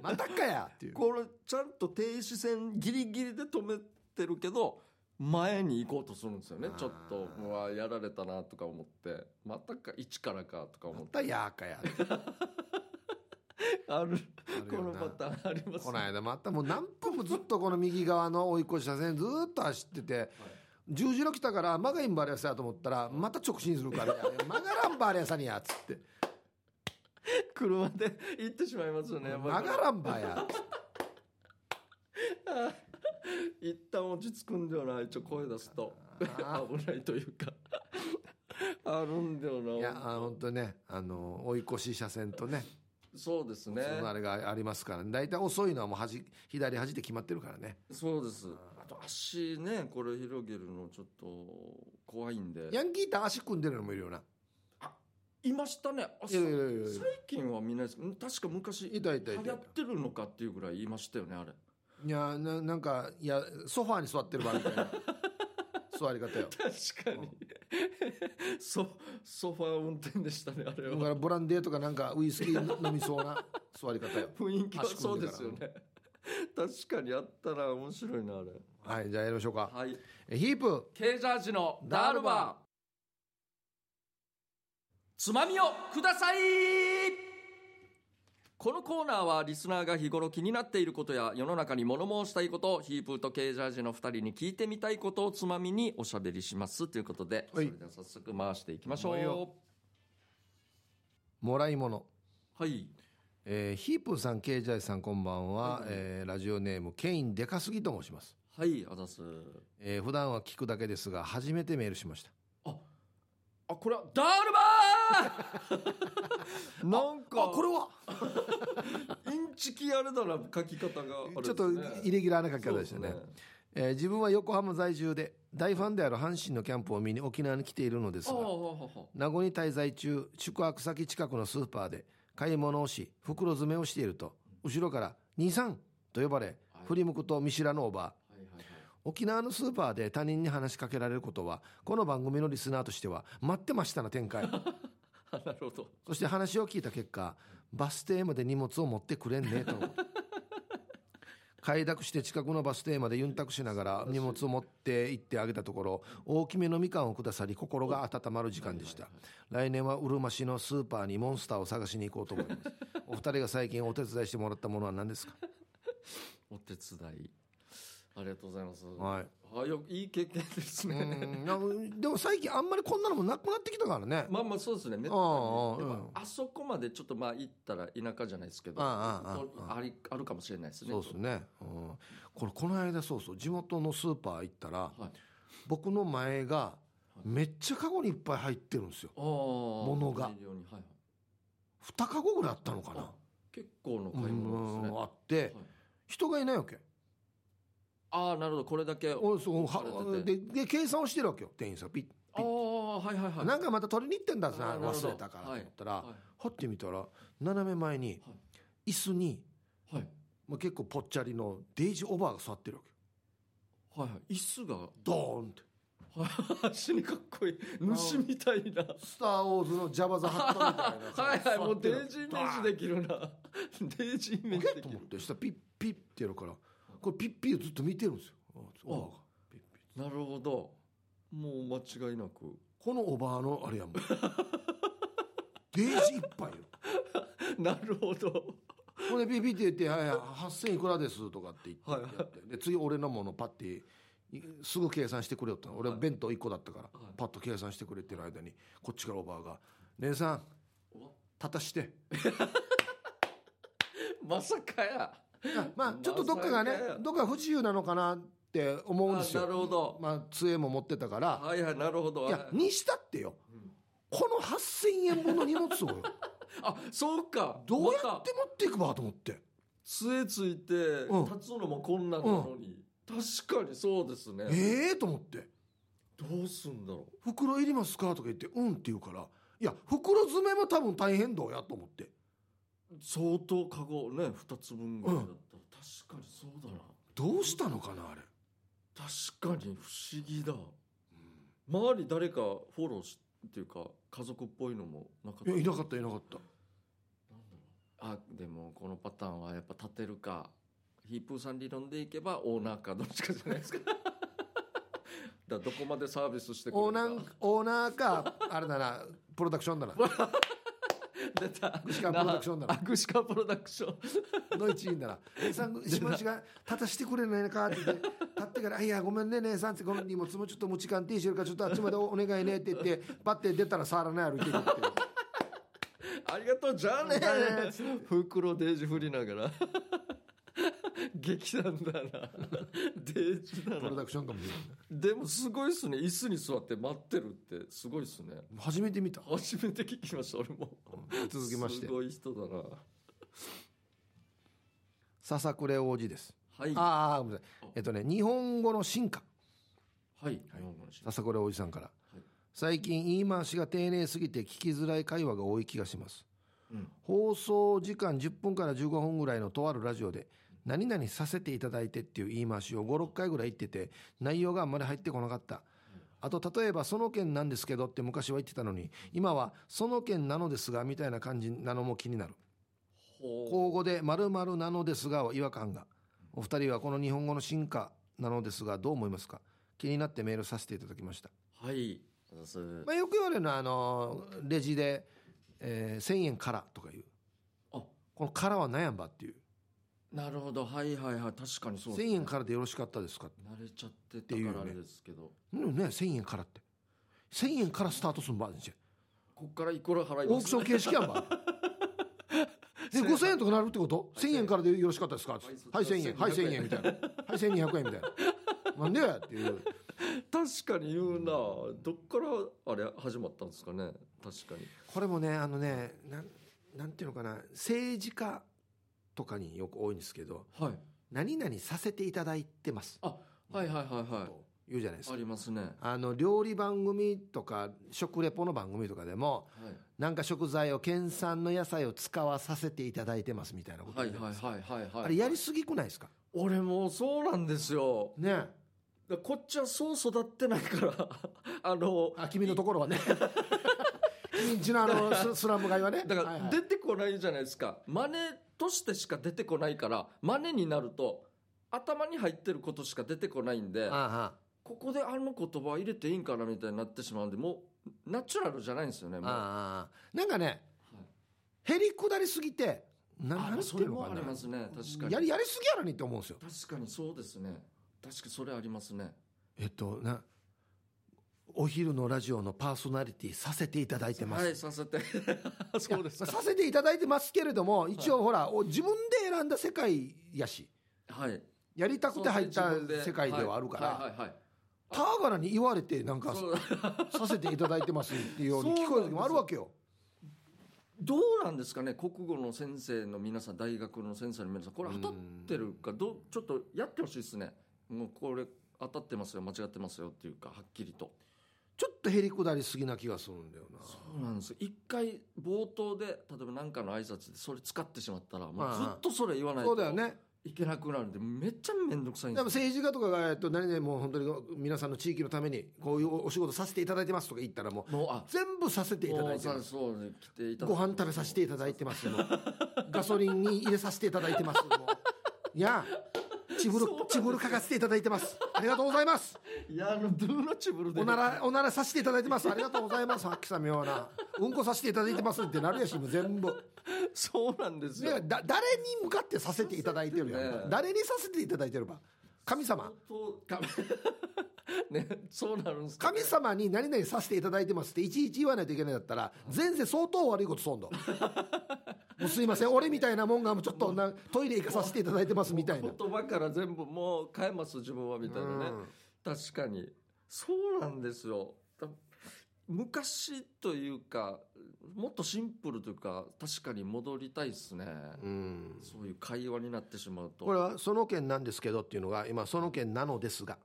[SPEAKER 2] またかやっていう
[SPEAKER 1] これ、ちゃんと停止線ギリギリで止めてるけど、前に行こうとするんですよね
[SPEAKER 2] あ。ー
[SPEAKER 1] ちょっと、うわ、やられたなとか思って。またか、一からかとか
[SPEAKER 2] ま
[SPEAKER 1] 思って。
[SPEAKER 2] たやーかやって
[SPEAKER 1] ある。
[SPEAKER 2] ある
[SPEAKER 1] こ
[SPEAKER 2] よ
[SPEAKER 1] の
[SPEAKER 2] な
[SPEAKER 1] パターンあります
[SPEAKER 2] こ
[SPEAKER 1] ね
[SPEAKER 2] の。間またもう何分もずっとこの右側の追い越し車線ずーっと走ってて十字路来たから曲がりんばありやさやと思ったらまた直進するからいや曲がらんばありやさにやっつって
[SPEAKER 1] 車で行ってしまいますよね。やっぱ
[SPEAKER 2] 曲
[SPEAKER 1] り
[SPEAKER 2] がらんばやっつって
[SPEAKER 1] 一旦落ち着くんだよな、一応声出すと。
[SPEAKER 2] あ
[SPEAKER 1] 危ないというか。あるんだよな。
[SPEAKER 2] いやあ本当ねあの追い越し車線とね
[SPEAKER 1] そうですね。
[SPEAKER 2] そのあれがありますから、ね、大体遅いのはもう端左端で決まってるからね
[SPEAKER 1] そうです。あと足ね、これ広げるのちょっと怖いんで。
[SPEAKER 2] ヤンキーって足組んでるのもいるよない
[SPEAKER 1] ましたね。あ
[SPEAKER 2] いやいやいやい
[SPEAKER 1] 最近は見ないです。うん確か昔
[SPEAKER 2] やいたいたい
[SPEAKER 1] 流
[SPEAKER 2] た
[SPEAKER 1] 行
[SPEAKER 2] い
[SPEAKER 1] ってるのかっていうぐらいいましたよね、あれ。
[SPEAKER 2] いやななんかいやソファーに座ってる場合みた いな座り方よ
[SPEAKER 1] 確かに。 ソソファー運転でしたね、あれ
[SPEAKER 2] だ
[SPEAKER 1] は。
[SPEAKER 2] からブランデーとかなんかウイスキー飲みそうな座り方よ
[SPEAKER 1] 雰囲気は
[SPEAKER 2] 足
[SPEAKER 1] そうんで
[SPEAKER 2] 組でから
[SPEAKER 1] すよね。確かにあったら面白いな、あれ。
[SPEAKER 2] はいじゃあやりましょうか
[SPEAKER 1] はい。
[SPEAKER 2] えヒープ
[SPEAKER 1] ケージャージのダールバー。つまみをくださいこのコーナーはリスナーが日頃気になっていることや世の中に物申したいことヒープーとケージャージの2人に聞いてみたいことをつまみにおしゃべりしますということで、
[SPEAKER 2] はい
[SPEAKER 1] それでは早速回していきましょう
[SPEAKER 2] はいよもらい物
[SPEAKER 1] はい
[SPEAKER 2] えーヒープーさん、ケイジャイさん、こんばん
[SPEAKER 1] はい
[SPEAKER 2] は。
[SPEAKER 1] はい
[SPEAKER 2] えーラジオネーム、ケインでかすぎと申します。
[SPEAKER 1] はいあざす
[SPEAKER 2] えー普段は聞くだけですが、初めてメールしました。
[SPEAKER 1] ああこれはダールバーなんか
[SPEAKER 2] あ、これは
[SPEAKER 1] インチキあれだな書き方があるんですね、
[SPEAKER 2] ちょっと、イレギュラーな書き方でした
[SPEAKER 1] そう
[SPEAKER 2] ね。
[SPEAKER 1] です
[SPEAKER 2] えー自分は横浜在住で、大ファンである阪神のキャンプを見に沖縄に来ているのです
[SPEAKER 1] あああ
[SPEAKER 2] が、名護に滞在中、宿泊先近くのスーパーで、買い物をし、袋詰めをしていると、後ろから、兄さんと呼ばれ、振り向くと見知らぬおばあ、
[SPEAKER 1] あはいはいはい
[SPEAKER 2] 沖縄のスーパーで他人に話しかけられることはこの番組のリスナーとしては待ってましたな展開
[SPEAKER 1] あ なるほど
[SPEAKER 2] そして話を聞いた結果バス停まで荷物を持ってくれんね と快諾して近くのバス停までユンタクしながら荷物を持って行ってあげたところ大きめのみかんをくださり心が温まる時間でした来年はうるま市のスーパーにモンスターを探しに行こうと思い ますお二人が最近お手伝いしてもらったものは何ですか
[SPEAKER 1] お手伝いありがとうございます、は
[SPEAKER 2] はい
[SPEAKER 1] い、よいい経験です
[SPEAKER 2] う
[SPEAKER 1] ね、
[SPEAKER 2] んなんかでも最近あんまりこんなのもなくなってきたからね
[SPEAKER 1] まあまあそうですね。めった
[SPEAKER 2] あ
[SPEAKER 1] に
[SPEAKER 2] あああ
[SPEAKER 1] やっ
[SPEAKER 2] うん
[SPEAKER 1] ぱあそこまでちょっとまあ行ったら田舎じゃないですけど、
[SPEAKER 2] ああああ
[SPEAKER 1] と
[SPEAKER 2] ああ
[SPEAKER 1] ありあるかもしれないですね。
[SPEAKER 2] そうですね、うん、これこの間そうそう地元のスーパー行ったら
[SPEAKER 1] はい。
[SPEAKER 2] 僕の前がめっちゃカゴにいっぱい入ってるんですよ
[SPEAKER 1] ああ。も
[SPEAKER 2] のが
[SPEAKER 1] 大量にはいはい。
[SPEAKER 2] 2カゴぐらいあったのかな
[SPEAKER 1] あ結構の
[SPEAKER 2] う
[SPEAKER 1] 買い物ですね。
[SPEAKER 2] んあ
[SPEAKER 1] は
[SPEAKER 2] って
[SPEAKER 1] い、
[SPEAKER 2] 人がいないわけ
[SPEAKER 1] ああなるほどこれだけ。あ
[SPEAKER 2] 俺そうは
[SPEAKER 1] あれだっ
[SPEAKER 2] でで計算をしてるわけよ店員さんピッ
[SPEAKER 1] あはいはいはい。
[SPEAKER 2] なんかまた取りに行ってんだ
[SPEAKER 1] あ
[SPEAKER 2] な
[SPEAKER 1] ーなるほど
[SPEAKER 2] 忘れたからと思ったら、
[SPEAKER 1] は
[SPEAKER 2] はってみたら斜め前に
[SPEAKER 1] はい
[SPEAKER 2] 椅子に、
[SPEAKER 1] いはい
[SPEAKER 2] まあ、結構ぽっちゃりのデイジーおばあが座ってるわけよ
[SPEAKER 1] はいはい椅子が
[SPEAKER 2] ドーンって
[SPEAKER 1] はい足にかっこいい虫みたいな。
[SPEAKER 2] 「スター・ウォーズ」のジャバザハットみたいな
[SPEAKER 1] はいはいもうデ
[SPEAKER 2] 座
[SPEAKER 1] ー
[SPEAKER 2] って
[SPEAKER 1] ジ
[SPEAKER 2] る
[SPEAKER 1] イメージできるな。デージイメージ
[SPEAKER 2] ゲッ
[SPEAKER 1] で
[SPEAKER 2] と
[SPEAKER 1] き
[SPEAKER 2] 思っ
[SPEAKER 1] る。
[SPEAKER 2] てしたらピッピッってやるからこれピッピッずっと見てるんですよおばあがピッピッ
[SPEAKER 1] なるほど。もう間違いな く。
[SPEAKER 2] このおばあのあれやもん デージいっぱいよ
[SPEAKER 1] なるほど。
[SPEAKER 2] これピッピッって言って「はいはい8,000いくらです」とかって言って
[SPEAKER 1] はい
[SPEAKER 2] やってで次俺のものパッていすぐ計算してくれよったの俺弁当1個だったから
[SPEAKER 1] はい
[SPEAKER 2] パッと計算してくれてる間にこっちからおばあが「姉さん
[SPEAKER 1] うわ
[SPEAKER 2] 立たして
[SPEAKER 1] まさかや。
[SPEAKER 2] あまあちょっとどっかがね
[SPEAKER 1] まさかや
[SPEAKER 2] どっか不自由なのかなって思うんです
[SPEAKER 1] あなる
[SPEAKER 2] よ
[SPEAKER 1] ほど。
[SPEAKER 2] まあ杖も持ってたから
[SPEAKER 1] はいはい、なるほど。
[SPEAKER 2] い
[SPEAKER 1] は
[SPEAKER 2] や
[SPEAKER 1] い
[SPEAKER 2] にしたってよこの8000円分の荷物をよ
[SPEAKER 1] あ、そうか。
[SPEAKER 2] どうやっ
[SPEAKER 1] また
[SPEAKER 2] て持っていくばと思って
[SPEAKER 1] 杖ついて、
[SPEAKER 2] うん
[SPEAKER 1] 立つのも困難なのに。確かにそうですね。
[SPEAKER 2] ええと思って
[SPEAKER 1] どうすんだろ
[SPEAKER 2] 「袋いりますか?」とか言って「うん」って言うからいや袋詰めも多分大変だやと思って
[SPEAKER 1] う。相当カゴね、二つ分ぐらいだったら、確かにそうだな。
[SPEAKER 2] どうしたのかなあれ、
[SPEAKER 1] 確かに不思議だ。周り誰かフォローし、っていうか、家族っぽいのもなかった。
[SPEAKER 2] いやいなかったいなかった
[SPEAKER 1] あでもこのパターンはやっぱ立てるかヒープーさん理論でいけばオーナーかどっちかじゃない ですかだからどこまでサービスしてくれ
[SPEAKER 2] オー
[SPEAKER 1] る
[SPEAKER 2] ナ
[SPEAKER 1] か
[SPEAKER 2] ーオーナーかあれだなプロダクション だな
[SPEAKER 1] 出た
[SPEAKER 2] 串川プロダクションだな
[SPEAKER 1] あグシカプロダクション
[SPEAKER 2] の一員だな「姉さん島内が立たしてくれないのか?」って言って立ってから「あいやごめんね姉さん」ってこの荷物もちょっと持ち鑑定してるからちょっとあっちまでお願いねって言ってバッて出たら触らない歩いてるっていう。
[SPEAKER 1] ありがとうじゃあね
[SPEAKER 2] じゃあね
[SPEAKER 1] 袋デージ振りながら激なんだなデージだ
[SPEAKER 2] プ
[SPEAKER 1] な
[SPEAKER 2] ロダクションかもしれない
[SPEAKER 1] でもすごいっすね椅子に座って待ってるってすごいっすね
[SPEAKER 2] 初めて見た
[SPEAKER 1] 初めて聞きました俺も
[SPEAKER 2] 続きまして
[SPEAKER 1] すごい人だな
[SPEAKER 2] 笹倉王子です
[SPEAKER 1] はい
[SPEAKER 2] ああごめんなさいえっとね日本語の進化
[SPEAKER 1] はい。日本語の詩
[SPEAKER 2] 笹倉王子さんから、
[SPEAKER 1] い
[SPEAKER 2] 最近言い回しが丁寧すぎて聞きづらい会話が多い気がします
[SPEAKER 1] うん。
[SPEAKER 2] 放送時間10分から15分ぐらいのとあるラジオで「何々させていただいて」っていう言い回しを56回ぐらい言ってて内容があんまり入ってこなかったあと例えば「その件なんですけど」って昔は言ってたのに今は「その件なのですが」みたいな感じなのも気になる
[SPEAKER 1] ほ
[SPEAKER 2] 口語で〇〇なのですがは違和感が。お二人はこの日本語の進化なのですがどう思いますか気になってメールさせていただきました。
[SPEAKER 1] う。はい。す
[SPEAKER 2] まあ、よく言われるのは、あの、レジで、えー1000円からとかいう。
[SPEAKER 1] あ
[SPEAKER 2] このからは悩んばっていう。
[SPEAKER 1] なるほど。はいはいはい。確かにそうです
[SPEAKER 2] 1000
[SPEAKER 1] ね。
[SPEAKER 2] 円からでよろしかったですか
[SPEAKER 1] 慣れちゃって
[SPEAKER 2] ていう
[SPEAKER 1] た
[SPEAKER 2] よ
[SPEAKER 1] からあ
[SPEAKER 2] ね
[SPEAKER 1] れですけど。
[SPEAKER 2] うんね、1000円からって。1000円からスタートすんばあんじゃん。
[SPEAKER 1] こっからいくら払い
[SPEAKER 2] オ
[SPEAKER 1] ま
[SPEAKER 2] ーク
[SPEAKER 1] す
[SPEAKER 2] ション形式やんばで5000円とかなるってこと1000円からでよろしかったですかつってはい1000円はい1000円みたいなはい1200円みたいななんでやっていう
[SPEAKER 1] 確かに言うな、どっからあれ始まったんですかね確かに
[SPEAKER 2] これもねあのねなんなんていうのかな政治家とかによく多いんですけど
[SPEAKER 1] はい
[SPEAKER 2] 何々させていただいてます
[SPEAKER 1] あはいはいはいはい
[SPEAKER 2] と言うじゃないです
[SPEAKER 1] あ
[SPEAKER 2] か
[SPEAKER 1] りますね
[SPEAKER 2] あの料理番組とか食レポの番組とかでも
[SPEAKER 1] は
[SPEAKER 2] なんか食材を県産の野菜を使わさせていただいてますみたいなこと
[SPEAKER 1] い
[SPEAKER 2] 言う
[SPEAKER 1] はい
[SPEAKER 2] じゃ
[SPEAKER 1] は
[SPEAKER 2] な
[SPEAKER 1] い
[SPEAKER 2] いですか
[SPEAKER 1] はいはい
[SPEAKER 2] あれやりすぎくないですか
[SPEAKER 1] 俺もうそうなんですよ
[SPEAKER 2] ね
[SPEAKER 1] だからこっちはそう育ってないから あの
[SPEAKER 2] あ君のところはね君んちのあのススラム街はね
[SPEAKER 1] だか
[SPEAKER 2] はい
[SPEAKER 1] ら
[SPEAKER 2] はい
[SPEAKER 1] 出てこないじゃないですか真似としてしか出てこないから真似になると頭に入ってることしか出てこないんで
[SPEAKER 2] ああああ
[SPEAKER 1] ここであの言葉入れていいんかなみたいになってしまうんでもうナチュラルじゃないんですよねもう
[SPEAKER 2] ああなんかね、へりくだりすぎてな
[SPEAKER 1] あ
[SPEAKER 2] なんて
[SPEAKER 1] そ
[SPEAKER 2] い
[SPEAKER 1] れ
[SPEAKER 2] うの
[SPEAKER 1] も
[SPEAKER 2] か
[SPEAKER 1] あ
[SPEAKER 2] な
[SPEAKER 1] りますね確かに
[SPEAKER 2] やりやりすぎやろにって思うんですよ
[SPEAKER 1] 確かにそうですね確かにそれありますね
[SPEAKER 2] えっとなお昼のラジオのパーソナリティさせていただいてます、
[SPEAKER 1] はいさせ てそうです
[SPEAKER 2] まあさせていただいてますけれども一応ほら、お自分で選んだ世界やし
[SPEAKER 1] はい
[SPEAKER 2] やりたくて入った世界ではあるから、
[SPEAKER 1] はいはいはいはい
[SPEAKER 2] ターガラに言われてなんか
[SPEAKER 1] そう
[SPEAKER 2] させていただいてますっていうように聞こえる時もあるわけよ
[SPEAKER 1] どうなんですかね国語の先生の皆さん大学の先生の皆さんこれ当たってるかどうちょっとやってほしいですねもうこれ当たってますよ間違ってますよっていうかはっきりと
[SPEAKER 2] ちょっとへりくだりすぎな気がするんだよな
[SPEAKER 1] そうなんですよ一回冒頭で例えば何かの挨拶でそれ使ってしまったらもうずっとそれ言わない
[SPEAKER 2] そう
[SPEAKER 1] と
[SPEAKER 2] だよね
[SPEAKER 1] いけなくなるんでめっちゃ面倒くさいん
[SPEAKER 2] で
[SPEAKER 1] で
[SPEAKER 2] も
[SPEAKER 1] すよ
[SPEAKER 2] 政治家とかが、えっと、何々もう本当に皆さんの地域のためにこういうお仕事させていただいてますとか言ったらもう
[SPEAKER 1] もうあ
[SPEAKER 2] 全部させていただいて
[SPEAKER 1] も
[SPEAKER 2] ま
[SPEAKER 1] う
[SPEAKER 2] す
[SPEAKER 1] さそうね来ていただ
[SPEAKER 2] ご飯食べさせていただいてますもうガソリンに入れさせていただいてますもういやチブルチブル書かせていただいてますありがとうございます
[SPEAKER 1] いやあのドゥーナチブルで
[SPEAKER 2] おならおならさせていただいてますありがとうございますはっきさみようなうんこさせていただいてますってなるやしもう全部
[SPEAKER 1] そうなんです
[SPEAKER 2] だか
[SPEAKER 1] よ
[SPEAKER 2] らだ誰に向かってさせていただいてるやん、
[SPEAKER 1] ね
[SPEAKER 2] 誰にさせていただいてるば神様
[SPEAKER 1] とか ねそうなるんですかね
[SPEAKER 2] 神様に何々させていただいてますっていちいち言わないといけないんだったら前世相当悪いこと そんどもうすいません俺みたいなもんがもうちょっとなトイレ行かさせていただいてますみたいな
[SPEAKER 1] 言葉から全部もう変えます自分はみたいなね、確かにそうなんですよだ昔というかもっとシンプルというか確かに戻りたいですね、
[SPEAKER 2] うん
[SPEAKER 1] そういう会話になってしまうと
[SPEAKER 2] これはその件なんですけどっていうのが今その件なのですが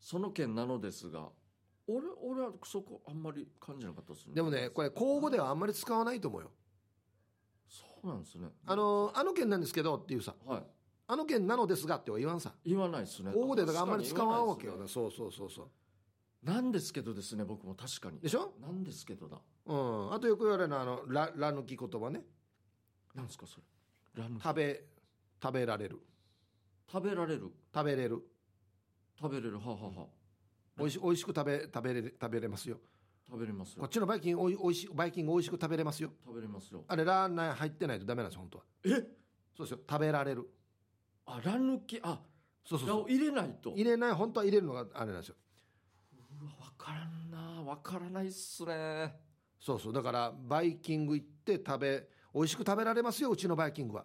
[SPEAKER 1] その件なのですが俺俺はそこあんまり感じなかったですね
[SPEAKER 2] でもねこれ口語ではあんまり使わないと思うよ
[SPEAKER 1] そうなんですね
[SPEAKER 2] あのあの件なんですけどっていうさ
[SPEAKER 1] はい
[SPEAKER 2] あの件なのですがっては言わんさ
[SPEAKER 1] 言わないですね
[SPEAKER 2] 口語でだからあんまり使わんわけよ
[SPEAKER 1] 確かに言ないっ
[SPEAKER 2] そうそうそうそう
[SPEAKER 1] すねなんですけどですね僕も確かに
[SPEAKER 2] でしょ
[SPEAKER 1] なんですけどだ
[SPEAKER 2] うんあとよく言われるのはあのらら抜き言葉ね
[SPEAKER 1] なんですかそれラム
[SPEAKER 2] 食べ食べられる
[SPEAKER 1] 食べられる
[SPEAKER 2] 食べれる
[SPEAKER 1] 食べれるはあ、はあはあ
[SPEAKER 2] 美味し美味しく食べ食べれる食べれますよ
[SPEAKER 1] 食べれます
[SPEAKER 2] こ
[SPEAKER 1] よ
[SPEAKER 2] っちのバイキングおいおいしバイキング美味しく食べれますよ
[SPEAKER 1] 食べれますよ
[SPEAKER 2] あれラーナ入ってないとダメなんですよ本当は
[SPEAKER 1] え
[SPEAKER 2] そうですよ食べられる
[SPEAKER 1] あら抜きあ
[SPEAKER 2] そうそう
[SPEAKER 1] ラ
[SPEAKER 2] そ
[SPEAKER 1] を入れないと
[SPEAKER 2] う入れない本当は入れるのがあれなんですよ
[SPEAKER 1] うわ分からんな分からないっすね
[SPEAKER 2] そうそうだからバイキング行って食べ美味しく食べられますようちのバイキングは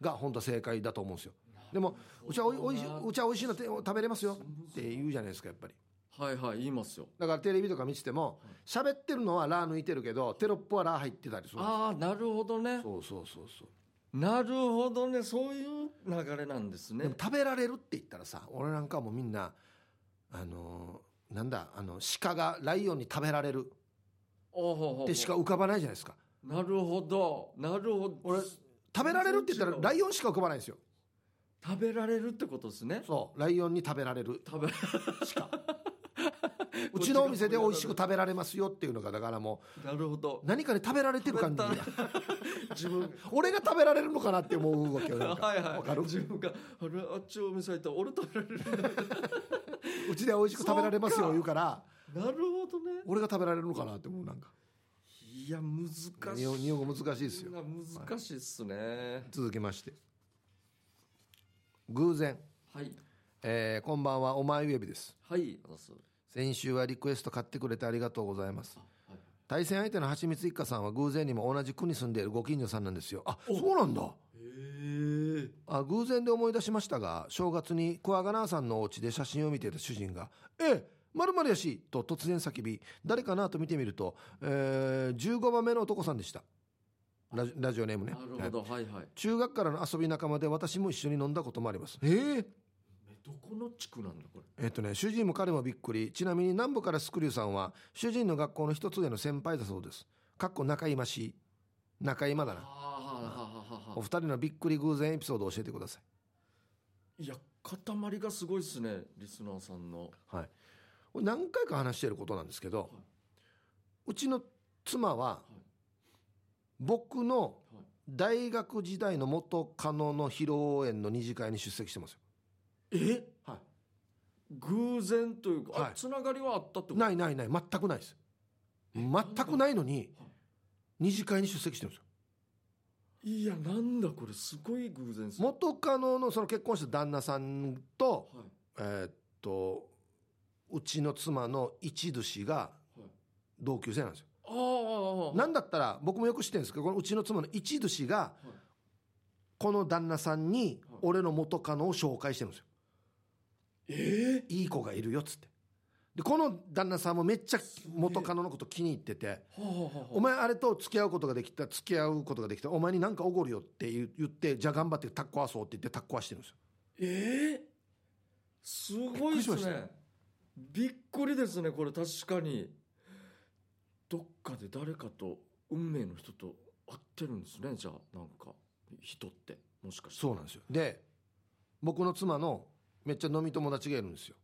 [SPEAKER 2] が本当は正解だと思うんですよでもうちはおいおいしうちは美味しいのて食べれますよって言うじゃないですかやっぱり
[SPEAKER 1] はいはい言いますよ
[SPEAKER 2] だからテレビとか見てても喋ってるのはラー抜いてるけどテロップはラー入ってたりするんですよ
[SPEAKER 1] ああなるほどね
[SPEAKER 2] そうそうそうそう
[SPEAKER 1] なるほどねそういう流れなんです
[SPEAKER 2] で
[SPEAKER 1] ね
[SPEAKER 2] も食べられるって言ったらさ俺なんかもうみんなあのーなんだあの鹿がライオンに食べられる
[SPEAKER 1] おほほ
[SPEAKER 2] ってしか浮かばないじゃないですか
[SPEAKER 1] なるほどなるほど俺食
[SPEAKER 2] 食べられるって言った
[SPEAKER 1] 全然違
[SPEAKER 2] ら
[SPEAKER 1] う
[SPEAKER 2] ライオンしか浮かばないんですよ
[SPEAKER 1] べられるってことですね
[SPEAKER 2] そうライオンに食べられる
[SPEAKER 1] 食べ
[SPEAKER 2] うちのお店で美味しく食べられますよっていうのがだからも
[SPEAKER 1] なるほど
[SPEAKER 2] う何かに食べられてる感じ
[SPEAKER 1] 食べ自分
[SPEAKER 2] 俺が食べられるのかなって思うわけよ なん か
[SPEAKER 1] はいはい
[SPEAKER 2] わかる
[SPEAKER 1] 自分があれあっちお店行ったら俺食べられるんだ
[SPEAKER 2] うちで美味しく食べられます
[SPEAKER 1] そう
[SPEAKER 2] よ
[SPEAKER 1] か
[SPEAKER 2] 言うから
[SPEAKER 1] なるほどね
[SPEAKER 2] 俺が食べられるのかなって思うなんか
[SPEAKER 1] いや難しい
[SPEAKER 2] 日本日本語難しいですよ
[SPEAKER 1] 難しいっすね
[SPEAKER 2] 続きまして偶然
[SPEAKER 1] はい
[SPEAKER 2] えーこんばんはお前ウェブです
[SPEAKER 1] はいあざっす
[SPEAKER 2] 先週はリクエスト買ってくれてありがとうございます
[SPEAKER 1] はい
[SPEAKER 2] 対戦相手のはちみつ一家さんは偶然にも同じ区に住んでいるご近所さんなんですよあそうなんだ
[SPEAKER 1] ええ
[SPEAKER 2] あ偶然で思い出しましたが正月にクワガナーさんのお家で写真を見ていた主人が「ええまるまるやし」と突然叫び誰かなと見てみると、えー15番目の男さんでしたラジラジオネームね
[SPEAKER 1] なるほど、はいはい。
[SPEAKER 2] 中学からの遊び仲間で私も一緒に飲んだこともありますええ
[SPEAKER 1] どこの地区なんだ、これ。
[SPEAKER 2] えっとね、主人も彼もびっくり。ちなみに南部からスクリューさんは、主人の学校の一つ上の先輩だそうです。かっこ仲いましい。仲いまだ
[SPEAKER 1] は
[SPEAKER 2] な。
[SPEAKER 1] あはあはあは
[SPEAKER 2] お
[SPEAKER 1] あ
[SPEAKER 2] 二人のびっくり偶然エピソードを教えてくださ
[SPEAKER 1] いや、塊がすごいですね、リスナーさんの。
[SPEAKER 2] い。はい。これ何回か話していることなんですけど、
[SPEAKER 1] はいう
[SPEAKER 2] ちの妻は、
[SPEAKER 1] い
[SPEAKER 2] 僕の
[SPEAKER 1] はい
[SPEAKER 2] 大学時代の元カノの披露宴の二次会に出席してますよ。
[SPEAKER 1] え
[SPEAKER 2] は
[SPEAKER 1] 偶然というか、
[SPEAKER 2] は
[SPEAKER 1] あ
[SPEAKER 2] い
[SPEAKER 1] つながりはあったってこと
[SPEAKER 2] ないないない、全くないです。全くないのに
[SPEAKER 1] はい、
[SPEAKER 2] 二次会に出席してるんですよ。
[SPEAKER 1] いや、なんだこれ、すごい偶然ですね。
[SPEAKER 2] 元カノのその結婚した旦那さんと,、
[SPEAKER 1] はい
[SPEAKER 2] えーっとうちの妻の一寿司が
[SPEAKER 1] はい
[SPEAKER 2] 同級生なんですよ。
[SPEAKER 1] ああああ、
[SPEAKER 2] なんだったら僕もよく知ってるんですけどこのうちの妻の一寿司が
[SPEAKER 1] はい
[SPEAKER 2] この旦那さんに
[SPEAKER 1] はい
[SPEAKER 2] 俺の元カノを紹介してるんですよ。
[SPEAKER 1] え
[SPEAKER 2] いい子がいるよっつって。でこの旦那さんもめっちゃ元カノのこと気に入ってて
[SPEAKER 1] えはあはあは
[SPEAKER 2] 「お前あれと付き合うことができた付き合うことができたお前に何かおごるよ」って言う言って「じゃあ頑張ってタッコ遊そう」って言ってタッコはしてるんですよ。
[SPEAKER 1] ええすごいです
[SPEAKER 2] びっくりしました
[SPEAKER 1] ねびっくりですねこれ確かにどっかで誰かと運命の人と会ってるんですねじゃあなんか人ってもしかして
[SPEAKER 2] そうなんですよで僕の妻のめっちゃ飲み友達がいるんですよ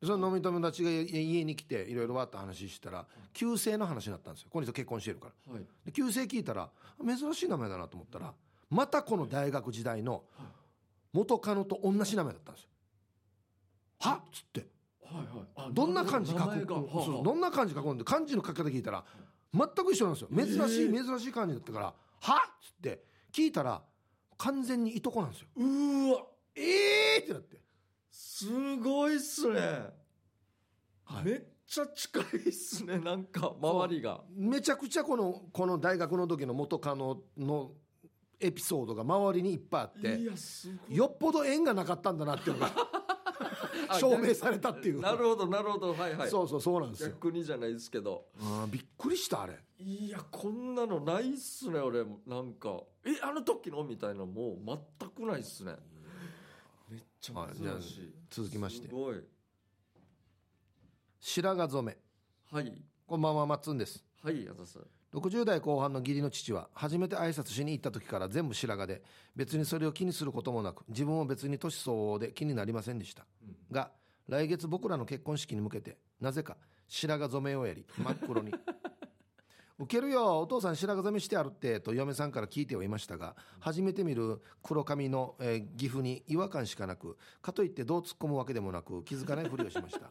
[SPEAKER 2] でその飲み友達が家家に来ていろいろわーっと話してたら旧姓の話になったんですよこの人結婚してるから
[SPEAKER 1] はい
[SPEAKER 2] で旧姓聞いたら珍しい名前だなと思ったらまたこの大学時代の元カノと同じ名前だったんですよはっつって
[SPEAKER 1] はいはいあ
[SPEAKER 2] どんな漢字書く
[SPEAKER 1] 名前がはあはあ
[SPEAKER 2] そうどんな漢字書くんで漢字の書き方聞いたら全く一緒なんですよ珍しい
[SPEAKER 1] え
[SPEAKER 2] 珍しい漢字だったから「はっ!」つって聞いたら完全にいとこなんですよ
[SPEAKER 1] うーわ
[SPEAKER 2] ええーってなって
[SPEAKER 1] すごいっすね、
[SPEAKER 2] はい
[SPEAKER 1] めっちゃ近いっすねなんか周りが
[SPEAKER 2] めちゃくちゃこのこの大学の時の元カノのエピソードが周りにいっぱいあって
[SPEAKER 1] いやすごい
[SPEAKER 2] よっぽど縁がなかったんだなっていうのが
[SPEAKER 1] あ
[SPEAKER 2] 証明されたっていう
[SPEAKER 1] なるほどなるほどはいはい
[SPEAKER 2] そうそうそうなんですよ
[SPEAKER 1] 逆にじゃないですけど
[SPEAKER 2] あーびっくりしたあれ
[SPEAKER 1] いやこんなのないっすね俺なんかえあの時のみたいなのもう全くないっすねめっちゃ珍しい
[SPEAKER 2] 続きまして
[SPEAKER 1] すごい
[SPEAKER 2] 白髪染め
[SPEAKER 1] はい
[SPEAKER 2] こんばんはマッツンです
[SPEAKER 1] はいあざさん
[SPEAKER 2] 60代後半の義理の父は初めて挨拶しに行った時から全部白髪で別にそれを気にすることもなく自分も別に年相応で気になりませんでした、
[SPEAKER 1] うん
[SPEAKER 2] が来月僕らの結婚式に向けてなぜか白髪染めをやり真っ黒にウケるよお父さん白髪染めしてあるってと嫁さんから聞いてはいましたが初めて見る黒髪の、えー岐阜に違和感しかなくかといってどう突っ込むわけでもなく気づかないふりをしました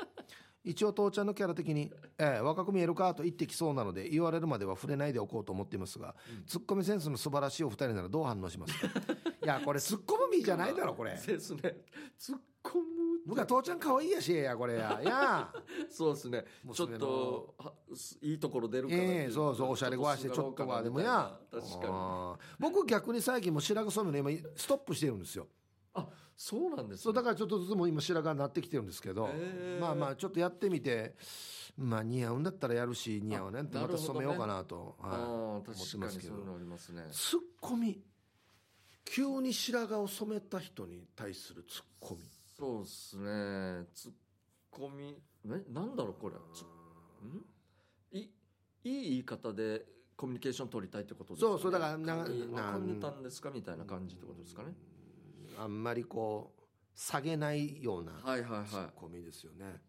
[SPEAKER 2] 一応父ちゃんのキャラ的に「ええ若く見えるか?」と言ってきそうなので言われるまでは触れないでおこうと思っていますが、ツッコミセンスの素晴らしいお二人ならどう反応しますか いやこれツッコミじゃないだろこれ
[SPEAKER 1] ですね突っ込む
[SPEAKER 2] 僕は父ちゃん可愛いやしやこれ やいや
[SPEAKER 1] そうですねちょっ
[SPEAKER 2] 娘の
[SPEAKER 1] とはすいいところ出るからってい
[SPEAKER 2] ええそうそうおしゃれ壊してちょっとはでもや
[SPEAKER 1] ちょっとすがろうかなみたいな確かに
[SPEAKER 2] あー僕逆に最近もう白髪染めの今ストップしてるんですよ
[SPEAKER 1] あそうなんですね
[SPEAKER 2] そうだからちょっとずつもう今白髪になってきてるんですけど、
[SPEAKER 1] ええ
[SPEAKER 2] まあまあちょっとやってみてまあ似合うんだったらやるし似合わないんだったら
[SPEAKER 1] あ
[SPEAKER 2] また染めようかなと
[SPEAKER 1] あ
[SPEAKER 2] はい
[SPEAKER 1] あー
[SPEAKER 2] 思って
[SPEAKER 1] 確
[SPEAKER 2] ま
[SPEAKER 1] か
[SPEAKER 2] す
[SPEAKER 1] に
[SPEAKER 2] け
[SPEAKER 1] そ
[SPEAKER 2] ど
[SPEAKER 1] ういうのありますね
[SPEAKER 2] ツッコミ急に白髪を染めた人に対するツッコミ
[SPEAKER 1] そうっすね。ツッコミ、ね、なんだろう、これ。ツッんい、いい言い方でコミュニケーション取りたいってことですか、ね、
[SPEAKER 2] そうそうだからな
[SPEAKER 1] かいい
[SPEAKER 2] な
[SPEAKER 1] あこんにたんですかみたいな感じってことですかね。
[SPEAKER 2] あんまりこう下げないような
[SPEAKER 1] はいはいはい。
[SPEAKER 2] ツッコミですよね、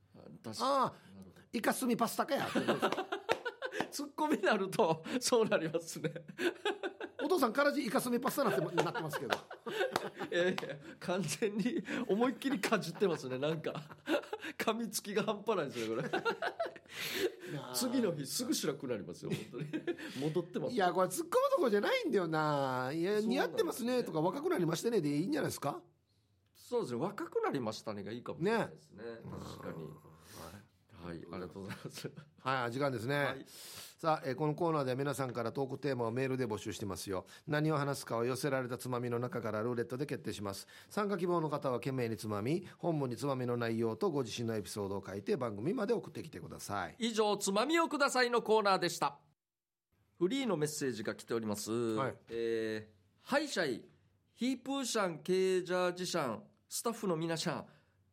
[SPEAKER 1] 確か
[SPEAKER 2] ああ
[SPEAKER 1] になるほど
[SPEAKER 2] イカスミパスタかやってことですか
[SPEAKER 1] ツッコミになると、 そうなりますね。
[SPEAKER 2] お父さんからじイカスミパスタなんてなってますけど
[SPEAKER 1] ええ完全に思いっきりかじってますね、なんか。噛みつきが半端ないですね、これ。 次の日すぐ白くなりますよ、本当に。戻ってます、
[SPEAKER 2] いやこれ突っ込むとこじゃないんだよないや
[SPEAKER 1] そうなんですね
[SPEAKER 2] 似合ってますねとか若くなりましたねでいいんじゃないですか
[SPEAKER 1] そうですね若くなりましたねがいいかもしれないですね確かに、はい、ありがとうございます。
[SPEAKER 2] はい、時間ですね。
[SPEAKER 1] はい
[SPEAKER 2] さあ、えーこのコーナーでは皆さんからトークテーマをメールで募集してますよ。何を話すかは寄せられたつまみの中からルーレットで決定します。参加希望の方は懸命につまみ、本文につまみの内容とご自身のエピソードを書いて番組まで送ってきてください。
[SPEAKER 1] 以上、つまみをくださいのコーナーでした。フリーのメッセージが来ております。
[SPEAKER 2] はい
[SPEAKER 1] えーハイシャイ、ヒープーシャン、ケージャージシャン、スタッフの皆さん、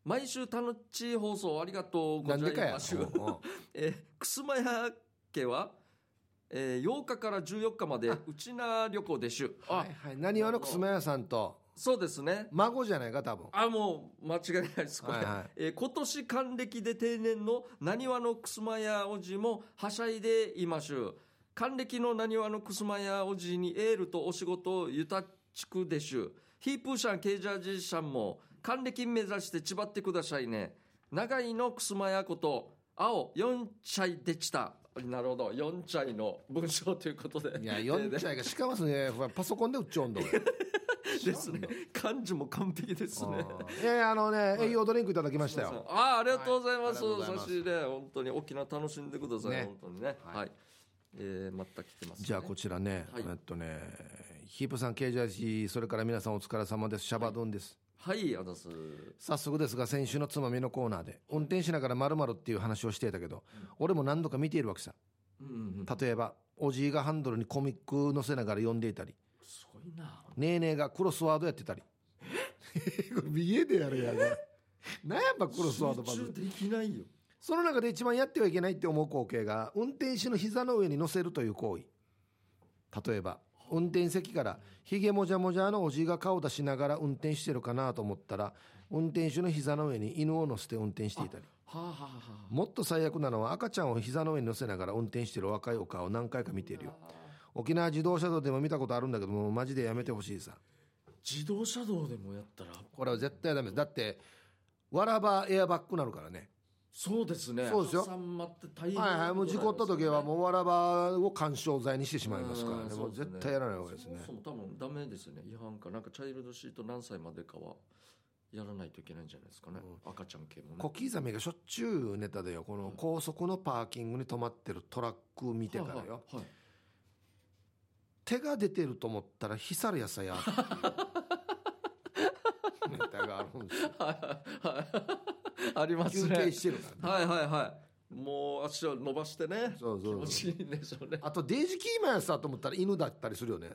[SPEAKER 1] 毎週楽しい放送ありがとうご
[SPEAKER 2] な
[SPEAKER 1] ざ
[SPEAKER 2] んで
[SPEAKER 1] い
[SPEAKER 2] かや
[SPEAKER 1] ま。す。
[SPEAKER 2] うんうん
[SPEAKER 1] えー、くすまや家は、えー、8日から14日まで、うちな旅行でしゅ。あ、
[SPEAKER 2] はいはい、何わのくすまやさんと
[SPEAKER 1] そうですね。
[SPEAKER 2] 孫じゃないか、多分。
[SPEAKER 1] あ、もう、間違いないです、これ。
[SPEAKER 2] はいはい
[SPEAKER 1] えー今年還暦で定年のなにわのくすまやおじも、はしゃいでいましゅう。還暦のなにわのくすまやおじにエールとお仕事をゆたっちくでしゅう。ヒープーシャン、ケージャージーシャンも、還暦目指してちばってくださいね。長井のくすまやこと、青、四チャイでちた。なるほど。四チャイの文章ということで。
[SPEAKER 2] いや、4歳 がしかもですね、パソコンで打っちゃうんだ、 俺。
[SPEAKER 1] ですね。漢字も完璧ですね。
[SPEAKER 2] いやいや、あのね、栄養ドリンクいただきましたよ。
[SPEAKER 1] あーありがとうございます。
[SPEAKER 2] はいありがとうございま
[SPEAKER 1] 差
[SPEAKER 2] す
[SPEAKER 1] し入れ、本当に沖縄楽しんでください。
[SPEAKER 2] ね
[SPEAKER 1] 本当にね。
[SPEAKER 2] は
[SPEAKER 1] はいい。えー、また来てます、ね。
[SPEAKER 2] じゃあこちらね、
[SPEAKER 1] はい
[SPEAKER 2] えっとね、ヒープさん、ケージャージーそれから皆さんお疲れ様です。シャバドゥンです。
[SPEAKER 1] はい、あざす。
[SPEAKER 2] 早速ですが、先週のつまみのコーナーで、運転しながら〇〇っていう話をしていたけど、俺も何度か見ているわけさ。
[SPEAKER 1] うんうんうん。
[SPEAKER 2] 例えば、おじいがハンドルにコミック載せながら読んでいたり、
[SPEAKER 1] すごいな。
[SPEAKER 2] ネーネーがクロスワードやってたり。 これ家でやる やん。なんやっぱクロスワードパズ
[SPEAKER 1] 集
[SPEAKER 2] ル。
[SPEAKER 1] 中できないよ。
[SPEAKER 2] その中で一番やってはいけないって思う光景が、運転手の膝の上に乗せるという行為。例えば、運転席からひげもじゃもじゃのおじいが顔出しながら運転してるかなと思ったら、運転手の膝の上に犬を乗せて運転していたり。
[SPEAKER 1] はあ、はあは
[SPEAKER 2] もっと最悪なのは赤ちゃんを膝の上に乗せながら運転してる若いお母を何回か見ているよ。
[SPEAKER 1] あ、
[SPEAKER 2] 沖縄自動車道でも見たことあるんだけども、マジでやめてほしいさ。
[SPEAKER 1] 自動車道でもやったら、
[SPEAKER 2] これは絶対ダメです。だって、わらばエアバッグなるからね。
[SPEAKER 1] そうですね。
[SPEAKER 2] そうですよ
[SPEAKER 1] 挟まって大変、
[SPEAKER 2] はいはい、もう事故った時は
[SPEAKER 1] う
[SPEAKER 2] もうわらばを干渉罪にしてし
[SPEAKER 1] ん。
[SPEAKER 2] まいますからね。もう
[SPEAKER 1] そです
[SPEAKER 2] 絶対やらないわけですね
[SPEAKER 1] そ。もそも多分ダメですよね。違反か。なんかチャイルドシート何歳までかはやらないといけないんじゃないですかね。赤ちゃん系もね。
[SPEAKER 2] 小刻みがしょっちゅうネタでよ、この高速のパーキングに止まってるトラックを見てからよ。
[SPEAKER 1] はいはいはい
[SPEAKER 2] 手が出てると思ったら、ひさる野菜や。 ネタがあるんですよ。
[SPEAKER 1] はいはいあります
[SPEAKER 2] 休
[SPEAKER 1] ね。
[SPEAKER 2] 憩してるからね。
[SPEAKER 1] はいはいはい。もう足を伸ばしてね。
[SPEAKER 2] そうそうそう
[SPEAKER 1] 気持ちいいんでしょうね。
[SPEAKER 2] あとデイジキーマンやさと思ったら犬だったりするよね。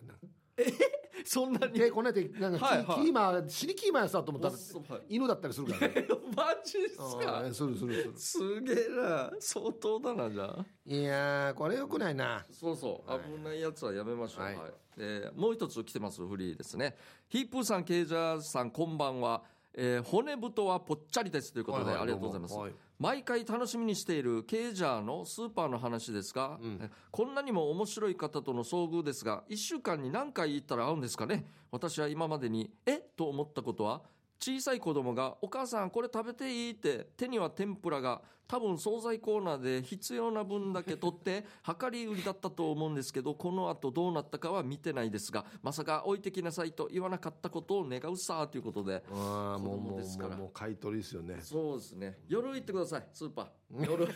[SPEAKER 1] そんなに。
[SPEAKER 2] でこの間なんかキ,、
[SPEAKER 1] はいはい
[SPEAKER 2] キーマン死にキーマンやさと思ったら
[SPEAKER 1] そうはい
[SPEAKER 2] 犬だったりするから ね。
[SPEAKER 1] マジっす
[SPEAKER 2] う
[SPEAKER 1] か
[SPEAKER 2] んするするする。
[SPEAKER 1] すげえな。相当だな、じゃあ。
[SPEAKER 2] いやーこれよくないな。
[SPEAKER 1] そうそう、
[SPEAKER 2] はい
[SPEAKER 1] 危ないやつはやめましょう、
[SPEAKER 2] は
[SPEAKER 1] はいいえーもう一つ来てますフリーですねヒープーさんケイジャーさんこんばんは、えー骨太はぽっちゃりですということで、
[SPEAKER 2] はいはい
[SPEAKER 1] ありがとうございます、
[SPEAKER 2] どうもはい
[SPEAKER 1] 毎回楽しみにしているケイジャーのスーパーの話ですが、えーこんなにも面白い方との遭遇ですが1週間に何回行ったら会うんですかね私は今までにえっと思ったことは小さい子供が「お母さんこれ食べていい?」って手には天ぷらが多分惣菜コーナーで必要な分だけ取って量り売りだったと思うんですけどこの後どうなったかは見てないですがまさか置いてきなさいと言わなかったことを願うさということで
[SPEAKER 2] ああ
[SPEAKER 1] 子
[SPEAKER 2] もうも
[SPEAKER 1] 供
[SPEAKER 2] う
[SPEAKER 1] ですから
[SPEAKER 2] もうもう買い取りですよね。
[SPEAKER 1] そうですね夜行ってくださいスーパー夜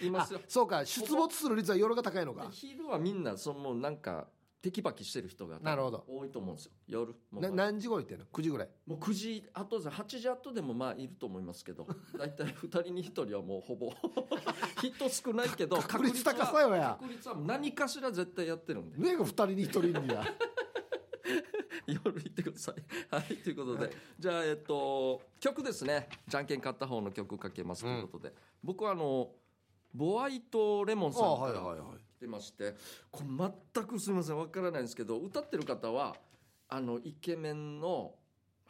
[SPEAKER 1] いま
[SPEAKER 2] あ
[SPEAKER 1] すよ
[SPEAKER 2] そうか出没する率は夜が高いのか。
[SPEAKER 1] 昼はみんなそのもうなんかテキパキしてる人が
[SPEAKER 2] なるほど
[SPEAKER 1] 多いと思うんですよ夜もう
[SPEAKER 2] な何時頃行ってんの ?9 時ぐらい。
[SPEAKER 1] もう9時後です8時後でもまあいると思いますけど大体2人に1人はもうほぼ 人少ないけど
[SPEAKER 2] 確率高さよや。
[SPEAKER 1] 確率は何かしら絶対やってるんで
[SPEAKER 2] ねえが2人に1人に や。
[SPEAKER 1] 夜行ってくださいはいということで、じゃあえっと曲ですねじゃんけん勝った方の曲かけますということで、僕はあのボワイトレモン
[SPEAKER 2] あ
[SPEAKER 1] さ
[SPEAKER 2] あ
[SPEAKER 1] ん
[SPEAKER 2] はい
[SPEAKER 1] か
[SPEAKER 2] はい
[SPEAKER 1] ら
[SPEAKER 2] はい。
[SPEAKER 1] 来てましてこれ全くすみませんわからないんですけど歌ってる方はあのイケメンの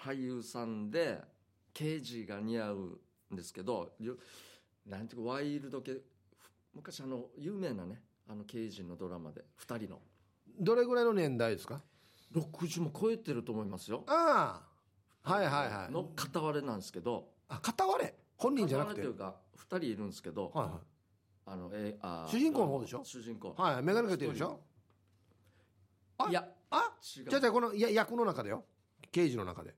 [SPEAKER 1] 俳優さんで刑事が似合うんですけどよなんていうかワイルド系昔あの有名なねあの刑事のドラマで2人の
[SPEAKER 2] どれぐらいの年代ですか
[SPEAKER 1] 60も超えてると思いますよ。
[SPEAKER 2] ああはいはいはい。
[SPEAKER 1] の片割れなんですけど
[SPEAKER 2] あ片割れ本人じゃなくて。
[SPEAKER 1] 片割れと
[SPEAKER 2] はい
[SPEAKER 1] いうか2人いるんですけど、
[SPEAKER 2] は
[SPEAKER 1] あのえーあー
[SPEAKER 2] 主人公の方でしょ
[SPEAKER 1] 主人公
[SPEAKER 2] い。はいメガネかけてるでしょあ
[SPEAKER 1] いや
[SPEAKER 2] あ
[SPEAKER 1] 違う
[SPEAKER 2] じゃあじゃあこのや役の中でよ。刑事の中で。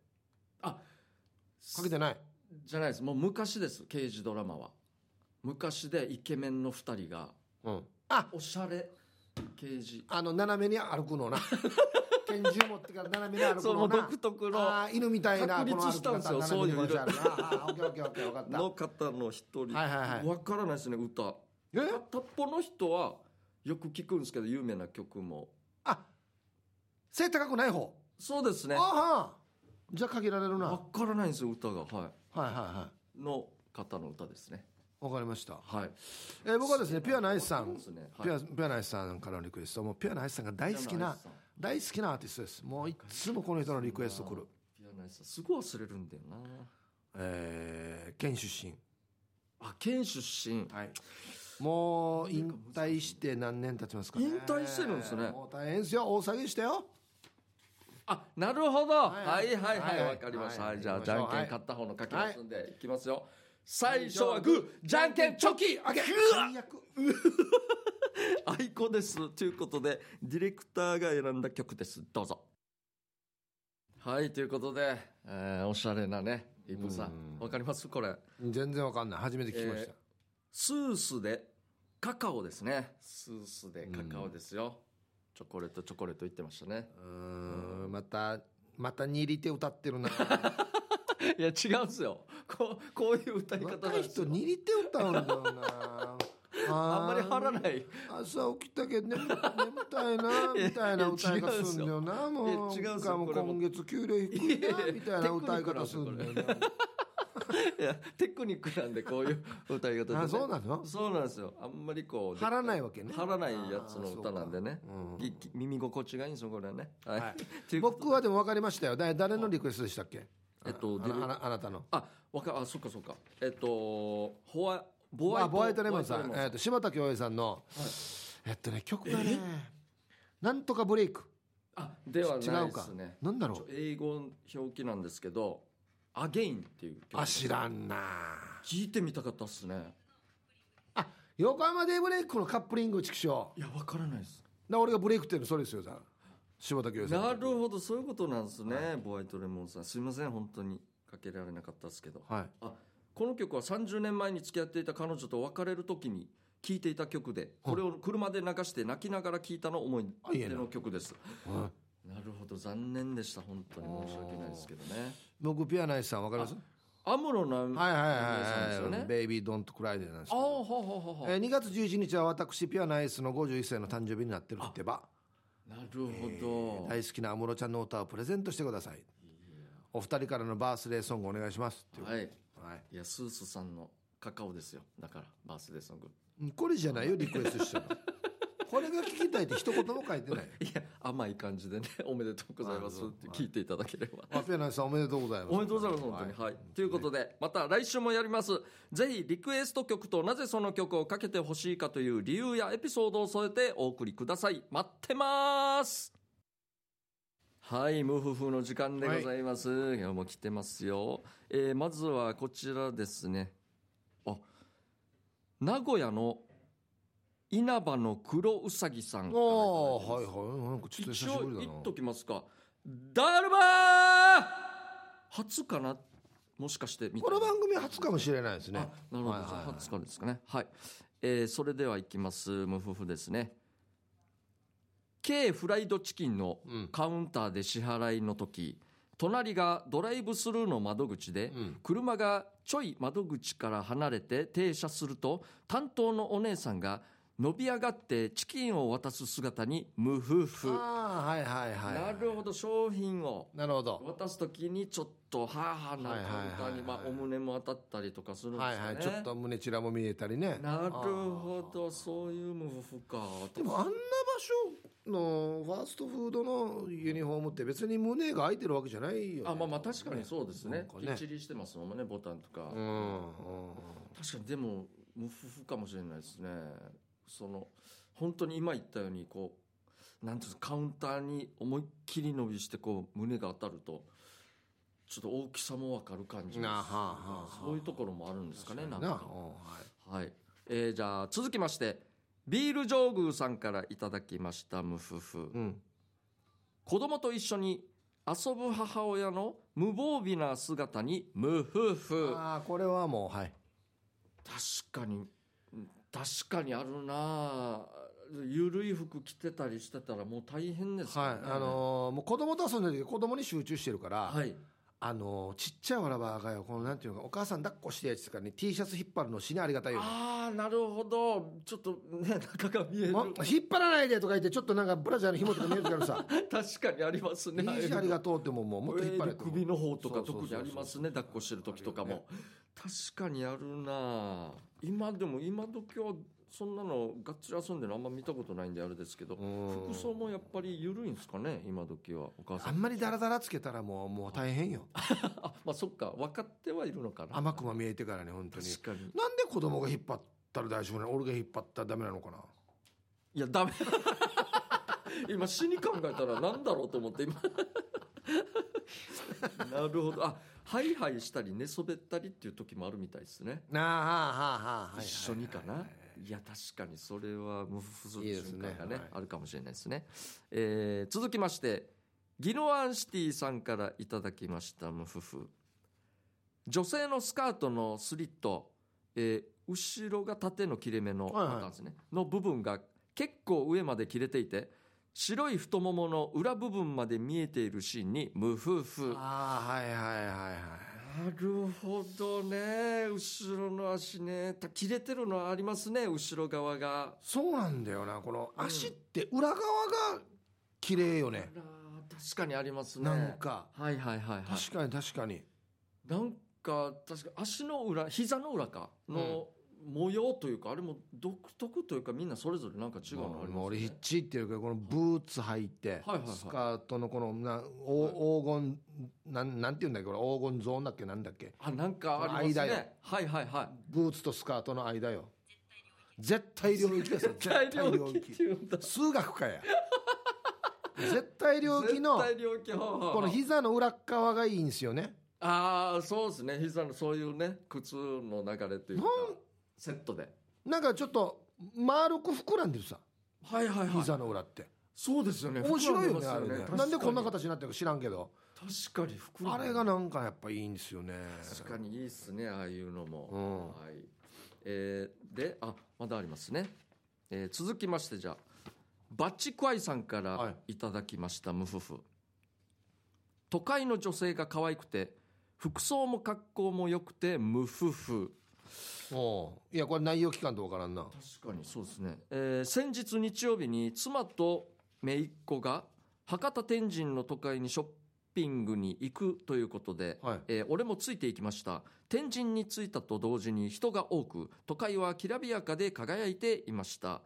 [SPEAKER 1] あ
[SPEAKER 2] かけてない。
[SPEAKER 1] じゃないですもう昔です刑事ドラマは昔でイケメンの二人が
[SPEAKER 2] うん、あ
[SPEAKER 1] おしゃれ刑事
[SPEAKER 2] あの斜めに歩く のな拳銃持ってから斜めに歩く
[SPEAKER 1] そ
[SPEAKER 2] の
[SPEAKER 1] の
[SPEAKER 2] な
[SPEAKER 1] 独特の
[SPEAKER 2] あー犬みたいな
[SPEAKER 1] 確立
[SPEAKER 2] この歩き
[SPEAKER 1] したんですよ
[SPEAKER 2] 方
[SPEAKER 1] そういう
[SPEAKER 2] 斜め
[SPEAKER 1] の
[SPEAKER 2] に歩くあーあーオッケーオッケーオッケー分か った
[SPEAKER 1] の方の一人
[SPEAKER 2] はいはいはい
[SPEAKER 1] わからないですね歌
[SPEAKER 2] え
[SPEAKER 1] 片っぽの人はよく聞くんですけど有名な曲も
[SPEAKER 2] あ背高くない方
[SPEAKER 1] そうですね
[SPEAKER 2] ああじゃあ限られるな
[SPEAKER 1] わ
[SPEAKER 2] は
[SPEAKER 1] からないんですよ歌がはい
[SPEAKER 2] はいはい
[SPEAKER 1] の方の歌ですね
[SPEAKER 2] いわかりました、
[SPEAKER 1] はい
[SPEAKER 2] えー僕はですねピュアナイスさん
[SPEAKER 1] そうですねはい
[SPEAKER 2] ピュアピュアナイスさんからのリクエストもうピュアナイスさんが大好きな大好きなアーティストですもういっつもこの人のリクエスト来る
[SPEAKER 1] ピアナイスさんすごい忘れるんだよな
[SPEAKER 2] えー県出身
[SPEAKER 1] あ県出身
[SPEAKER 2] はいもう引退して何年経ちますかね
[SPEAKER 1] 引退してるんですね
[SPEAKER 2] もう大変ですよ大騒ぎしたよ
[SPEAKER 1] あなるほど
[SPEAKER 2] は
[SPEAKER 1] はいい
[SPEAKER 2] は
[SPEAKER 1] はいい
[SPEAKER 2] は
[SPEAKER 1] はいいわかりました
[SPEAKER 2] はい
[SPEAKER 1] はいじゃあ
[SPEAKER 2] はい
[SPEAKER 1] じゃんけん勝った方の書きますんでいきますよ最初はグーじゃんけんチョキあげ
[SPEAKER 2] 最悪
[SPEAKER 1] あいこです。ということで、ディレクターが選んだ曲です。どうぞ。はい、ということで、えーおしゃれなね、イブさん。わかりますこれ。
[SPEAKER 2] 全然わかんない初めて聞きました、
[SPEAKER 1] スースで、カカオですね。スースでカカオですよ。チョコレート、チョコレート言ってましたね。
[SPEAKER 2] うーんまたまたにり手歌って るな
[SPEAKER 1] いや、違うんですよ。こう、こういう歌い方な
[SPEAKER 2] 若
[SPEAKER 1] ん
[SPEAKER 2] い
[SPEAKER 1] です
[SPEAKER 2] 人
[SPEAKER 1] よ。
[SPEAKER 2] にり手歌うんだよな
[SPEAKER 1] あんまり張
[SPEAKER 2] は
[SPEAKER 1] らない。い
[SPEAKER 2] 朝起きたけど眠眠た いなみたいな歌い方するんだよなもう
[SPEAKER 1] いや違うんすよ
[SPEAKER 2] なんかもう
[SPEAKER 1] こ
[SPEAKER 2] 今月給料低い
[SPEAKER 1] いやい
[SPEAKER 2] な
[SPEAKER 1] や
[SPEAKER 2] みたいな歌い方するんだよな
[SPEAKER 1] や、テクニックなんで、こういう歌い方で、ね。
[SPEAKER 2] あそうなの
[SPEAKER 1] そうなんですよ。あんまりこう。
[SPEAKER 2] 張らないわけね
[SPEAKER 1] 張らないやつの歌なんでね
[SPEAKER 2] あーそうかうん。
[SPEAKER 1] ぎぎ耳心地がいいんですよ、これはね。はい。
[SPEAKER 2] はい
[SPEAKER 1] ということで
[SPEAKER 2] 僕はでも分かりましたよだ誰のリクエストでしたっけ
[SPEAKER 1] えっと
[SPEAKER 2] あ
[SPEAKER 1] ディレ
[SPEAKER 2] あなあなたの
[SPEAKER 1] あ、わか、あ、そっかそっか。えっと、ホワ、ボワイ
[SPEAKER 2] あ
[SPEAKER 1] ト。
[SPEAKER 2] ボワイトレモンさ
[SPEAKER 1] ボ
[SPEAKER 2] ん
[SPEAKER 1] ワイト
[SPEAKER 2] えっと柴田恭平さんのえっとね曲がねなんとかブレイク
[SPEAKER 1] あ、では
[SPEAKER 2] 違
[SPEAKER 1] ないうで
[SPEAKER 2] か
[SPEAKER 1] すね。
[SPEAKER 2] なんだろ
[SPEAKER 1] ちょ
[SPEAKER 2] う
[SPEAKER 1] 英語の表記なんですけど、アゲインっていう曲
[SPEAKER 2] あ知らんな
[SPEAKER 1] 聞いてみたかったっすね。
[SPEAKER 2] あ横浜デイブレイクのカップリング畜生
[SPEAKER 1] いや、わからないです。
[SPEAKER 2] な俺がブレイクっていうのそれですよじゃあ柴田恭平さん
[SPEAKER 1] なるほど、そういうことなんですね。ボワイトレモンさん。すいません、本当にかけられなかったですけど。
[SPEAKER 2] はい
[SPEAKER 1] あこの曲は30年前に付き合っていた彼女と別れる時に聴いていた曲でこれを車で流して泣きながら聴いたのを思い
[SPEAKER 2] あいい
[SPEAKER 1] 出
[SPEAKER 2] な
[SPEAKER 1] の曲です
[SPEAKER 2] はい
[SPEAKER 1] なるほど残念でした本当に申し訳ないですけどね
[SPEAKER 2] 僕ピアナイスさんわかります
[SPEAKER 1] アムロナミ
[SPEAKER 2] はいはい
[SPEAKER 1] さんですよ
[SPEAKER 2] はいは
[SPEAKER 1] ね
[SPEAKER 2] い「ベイビー・ドント・クライ」でなんですけ
[SPEAKER 1] ああ
[SPEAKER 2] ど、
[SPEAKER 1] ほうほうほうほう
[SPEAKER 2] えー、2月11日は私ピアナイスの51歳の誕生日になってるってば
[SPEAKER 1] なるほど、
[SPEAKER 2] 大好きな安室ちゃんの歌をプレゼントしてくださいお二人からのバースデーソングお願いしますっていう
[SPEAKER 1] はい
[SPEAKER 2] はい
[SPEAKER 1] いやスースさんのカカオですよだからバースデーソング
[SPEAKER 2] これじゃないよリクエストしたの これが聞きたいって一言も書いてない
[SPEAKER 1] いや甘い感じでねおめでとうございますって聞いていただければ
[SPEAKER 2] あピアナイスさんおめでとうございま
[SPEAKER 1] お
[SPEAKER 2] す
[SPEAKER 1] めでとうございます、本当に。
[SPEAKER 2] は
[SPEAKER 1] はい。ということで、また来週もやります。ぜひ、リクエスト曲となぜその曲をかけてほしいかという理由やエピソードを添えてお送りください。待ってますはい、無夫婦の時間でございます。今日も来てますよ。えーまずはこちらですね。あ、名古屋の稲葉の黒うさぎさんからいただいてます。
[SPEAKER 2] おーはいはいなんかちょっ
[SPEAKER 1] 一
[SPEAKER 2] と久しぶ
[SPEAKER 1] 応
[SPEAKER 2] りだ
[SPEAKER 1] 言
[SPEAKER 2] な
[SPEAKER 1] っときますかダルバー初かなもしかしてみたい
[SPEAKER 2] こ
[SPEAKER 1] な
[SPEAKER 2] の番組初かもしれないですね
[SPEAKER 1] あなるほど、
[SPEAKER 2] はいはいはい
[SPEAKER 1] 初からですかねはい、えーそれではいきます無夫婦ですね K フライドチキンの
[SPEAKER 2] うん
[SPEAKER 1] カウンターで支払いの時、隣がドライブスルーの窓口で、
[SPEAKER 2] うん
[SPEAKER 1] 車がちょい窓口から離れて停車すると担当のお姉さんが伸び上がってチキンを渡す姿に無夫婦
[SPEAKER 2] ああはいはいはい
[SPEAKER 1] なるほど商品を
[SPEAKER 2] なるほど
[SPEAKER 1] 渡す時にちょっとはあはあなるカウンターに
[SPEAKER 2] はいはいはい
[SPEAKER 1] まあお胸も当たったりとかするんですか
[SPEAKER 2] はい
[SPEAKER 1] ね、
[SPEAKER 2] はい、ちょっと胸ちらも見えたりね
[SPEAKER 1] なるほどそういう無夫婦か
[SPEAKER 2] でもあんな場所のファーストフードのユニフォームって別に胸が開いてるわけじゃないよ、ね、
[SPEAKER 1] あまあまあ確かにそうです
[SPEAKER 2] な
[SPEAKER 1] ね
[SPEAKER 2] んか
[SPEAKER 1] き
[SPEAKER 2] ね
[SPEAKER 1] っちりしてますもんねボタンとか、
[SPEAKER 2] うんうん
[SPEAKER 1] 確かにでも無夫婦かもしれないですねその本当に今言ったようにこうなんていうんですかカウンターに思いっきり伸びしてこう胸が当たるとちょっと大きさも分かる感じです
[SPEAKER 2] あはあはあ
[SPEAKER 1] そういうところもあるんですかねな
[SPEAKER 2] なあ
[SPEAKER 1] んか
[SPEAKER 2] うんはい
[SPEAKER 1] はい、えーじゃあ続きましてビール上宮さんからいただきました無夫婦、
[SPEAKER 2] うん
[SPEAKER 1] 子供と一緒に遊ぶ母親の無防備な姿に無夫婦
[SPEAKER 2] ああこれはもうはい
[SPEAKER 1] 確かにうん確かにあるなあゆるい服着てたりしてたらもう大変ですよ
[SPEAKER 2] はいあのーもう子供と遊んでる時子供に集中してるから、
[SPEAKER 1] はい
[SPEAKER 2] あのーちっちゃいわらばがよこのなんていうのかお母さん抱っこしてやつからね T シャツ引っ張るの死にありがたいよね
[SPEAKER 1] ああなるほどちょっとね中が見える
[SPEAKER 2] ま
[SPEAKER 1] 確
[SPEAKER 2] 引っ張らないでとか言ってちょっとなんかブラジャーの紐とか見えるか ら
[SPEAKER 1] か
[SPEAKER 2] さ
[SPEAKER 1] にありますね
[SPEAKER 2] いいしありがとうってもうもうもっと引っ張れと
[SPEAKER 1] 首の方とか
[SPEAKER 2] そうそうそうそう
[SPEAKER 1] 特にありますね抱っこしてる時とかも、確かにやるなあ今でも今時はそんなのがっつり遊んでるのあんま見たことないんであれですけど
[SPEAKER 2] うん
[SPEAKER 1] 服装もやっぱり緩いんですかね今時はお母さ
[SPEAKER 2] あ
[SPEAKER 1] ん
[SPEAKER 2] んまりダラダラつけたらもうもう大変よ
[SPEAKER 1] あまあそっか分かってはいるのかな
[SPEAKER 2] 甘くま見えてからね本当に
[SPEAKER 1] 確かに
[SPEAKER 2] なんで子供が引っ張ったら大丈夫なの俺が引っ張ったらダメなのかない
[SPEAKER 1] やダメ 今死に考えたら何だろうと思って今 なるほどあハイハイしたり寝そべったりっていう時もあるみたいですね
[SPEAKER 2] なあはあはあはあ
[SPEAKER 1] 一緒にかないや確かにそれは無不す
[SPEAKER 2] いい
[SPEAKER 1] る
[SPEAKER 2] です
[SPEAKER 1] 瞬
[SPEAKER 2] ね
[SPEAKER 1] 間がね
[SPEAKER 2] はい
[SPEAKER 1] あるかもしれないですね、えー続きましてギノアンシティさんからいただきました無夫婦女性のスカートのスリット、えー後ろが縦の切れ目の
[SPEAKER 2] はいはい
[SPEAKER 1] パターンですね、の部分が結構上まで切れていて白い太ももの裏部分まで見えているシーンに無夫婦
[SPEAKER 2] ああはいはいはいはい
[SPEAKER 1] なるほどね後ろの足ねた切れてるのはありますね後ろ側が
[SPEAKER 2] そうなんだよなこの足って裏側が綺麗よね、
[SPEAKER 1] あら確かにありますね
[SPEAKER 2] なんか
[SPEAKER 1] はいはいはいはい
[SPEAKER 2] 確かに確かに、
[SPEAKER 1] なんか確か足の裏膝の裏かの模様というか、あれも独特というかみんなそれぞれなんか違うのあり
[SPEAKER 2] もう
[SPEAKER 1] ます
[SPEAKER 2] 俺
[SPEAKER 1] ね
[SPEAKER 2] ヒッチっていうかこのブーツ履いて、
[SPEAKER 1] はいはいはい
[SPEAKER 2] スカートのこのなお黄金なんなんていうんだっけこれ黄金ゾーンだっけなんだっけ
[SPEAKER 1] あなんかありま
[SPEAKER 2] 間
[SPEAKER 1] す
[SPEAKER 2] よ
[SPEAKER 1] ねはいはいはい
[SPEAKER 2] ブーツとスカートの間よ絶対領域ですよ
[SPEAKER 1] 大量気っていうんだ
[SPEAKER 2] 数学かや絶対領域の
[SPEAKER 1] 絶対領域
[SPEAKER 2] この膝の裏っ側がいいんですよね
[SPEAKER 1] ああそうですね膝のそういうね靴の流れというか
[SPEAKER 2] なん
[SPEAKER 1] セットで
[SPEAKER 2] なんかちょっと丸く膨らんでるさ
[SPEAKER 1] はいはいはい
[SPEAKER 2] 膝の裏って
[SPEAKER 1] そうですよね
[SPEAKER 2] 面白いよね
[SPEAKER 1] 膨
[SPEAKER 2] あ
[SPEAKER 1] らん
[SPEAKER 2] れ
[SPEAKER 1] でますよ
[SPEAKER 2] ねなんでこんな
[SPEAKER 1] 確か
[SPEAKER 2] 形になってるか知らんけど
[SPEAKER 1] に確かに膨ら
[SPEAKER 2] あ
[SPEAKER 1] んで
[SPEAKER 2] れがなんかやっぱいいんですよね
[SPEAKER 1] 確かにいいっすねああいうのも、
[SPEAKER 2] うん
[SPEAKER 1] はいえーであまだありますね、えー続きましてじゃあバッチクワイさんか
[SPEAKER 2] は
[SPEAKER 1] らいただきました無夫婦、都会の女性が可愛くて服装も格好も良くて無夫婦
[SPEAKER 2] おういやこれ内容期間とわからんな
[SPEAKER 1] 確かにそうですね、えー先日日曜日に妻と姪っ子が博多天神の都会にショッピングに行くということで、
[SPEAKER 2] はい
[SPEAKER 1] えー俺もついていきました天神に着いたと同時に人が多く都会はきらびやかで輝いていました、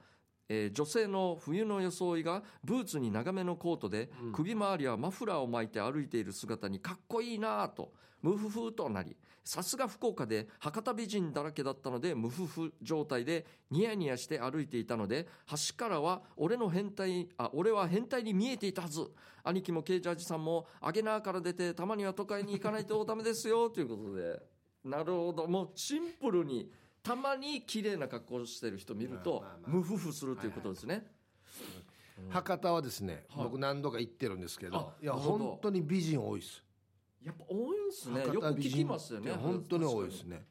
[SPEAKER 1] えー女性の冬の装いがブーツに長めのコートで、
[SPEAKER 2] うん
[SPEAKER 1] 首周りはマフラーを巻いて歩いている姿にかっこいいなぁと無夫婦となりさすが福岡で博多美人だらけだったので無夫婦状態でニヤニヤして歩いていたので端からは俺の変態あ俺は変態に見えていたはず兄貴もケージャージさんも「アゲナーから出てたまには都会に行かないとダメですよ」 ということでなるほどもうシンプルにたまに綺麗な格好をしてる人見ると
[SPEAKER 2] まあまあま
[SPEAKER 1] 無
[SPEAKER 2] あ
[SPEAKER 1] 夫婦するということですね。
[SPEAKER 2] 博多はですね、
[SPEAKER 1] はい
[SPEAKER 2] 僕何度か行ってるんですけど
[SPEAKER 1] あ
[SPEAKER 2] いや
[SPEAKER 1] なるほど
[SPEAKER 2] 本当に美人多いです
[SPEAKER 1] やっぱ多いんですね。よ
[SPEAKER 2] 博
[SPEAKER 1] く
[SPEAKER 2] 多美
[SPEAKER 1] 聞き
[SPEAKER 2] 人
[SPEAKER 1] ま
[SPEAKER 2] っ
[SPEAKER 1] すよ
[SPEAKER 2] て
[SPEAKER 1] ね。
[SPEAKER 2] 本当に多いですね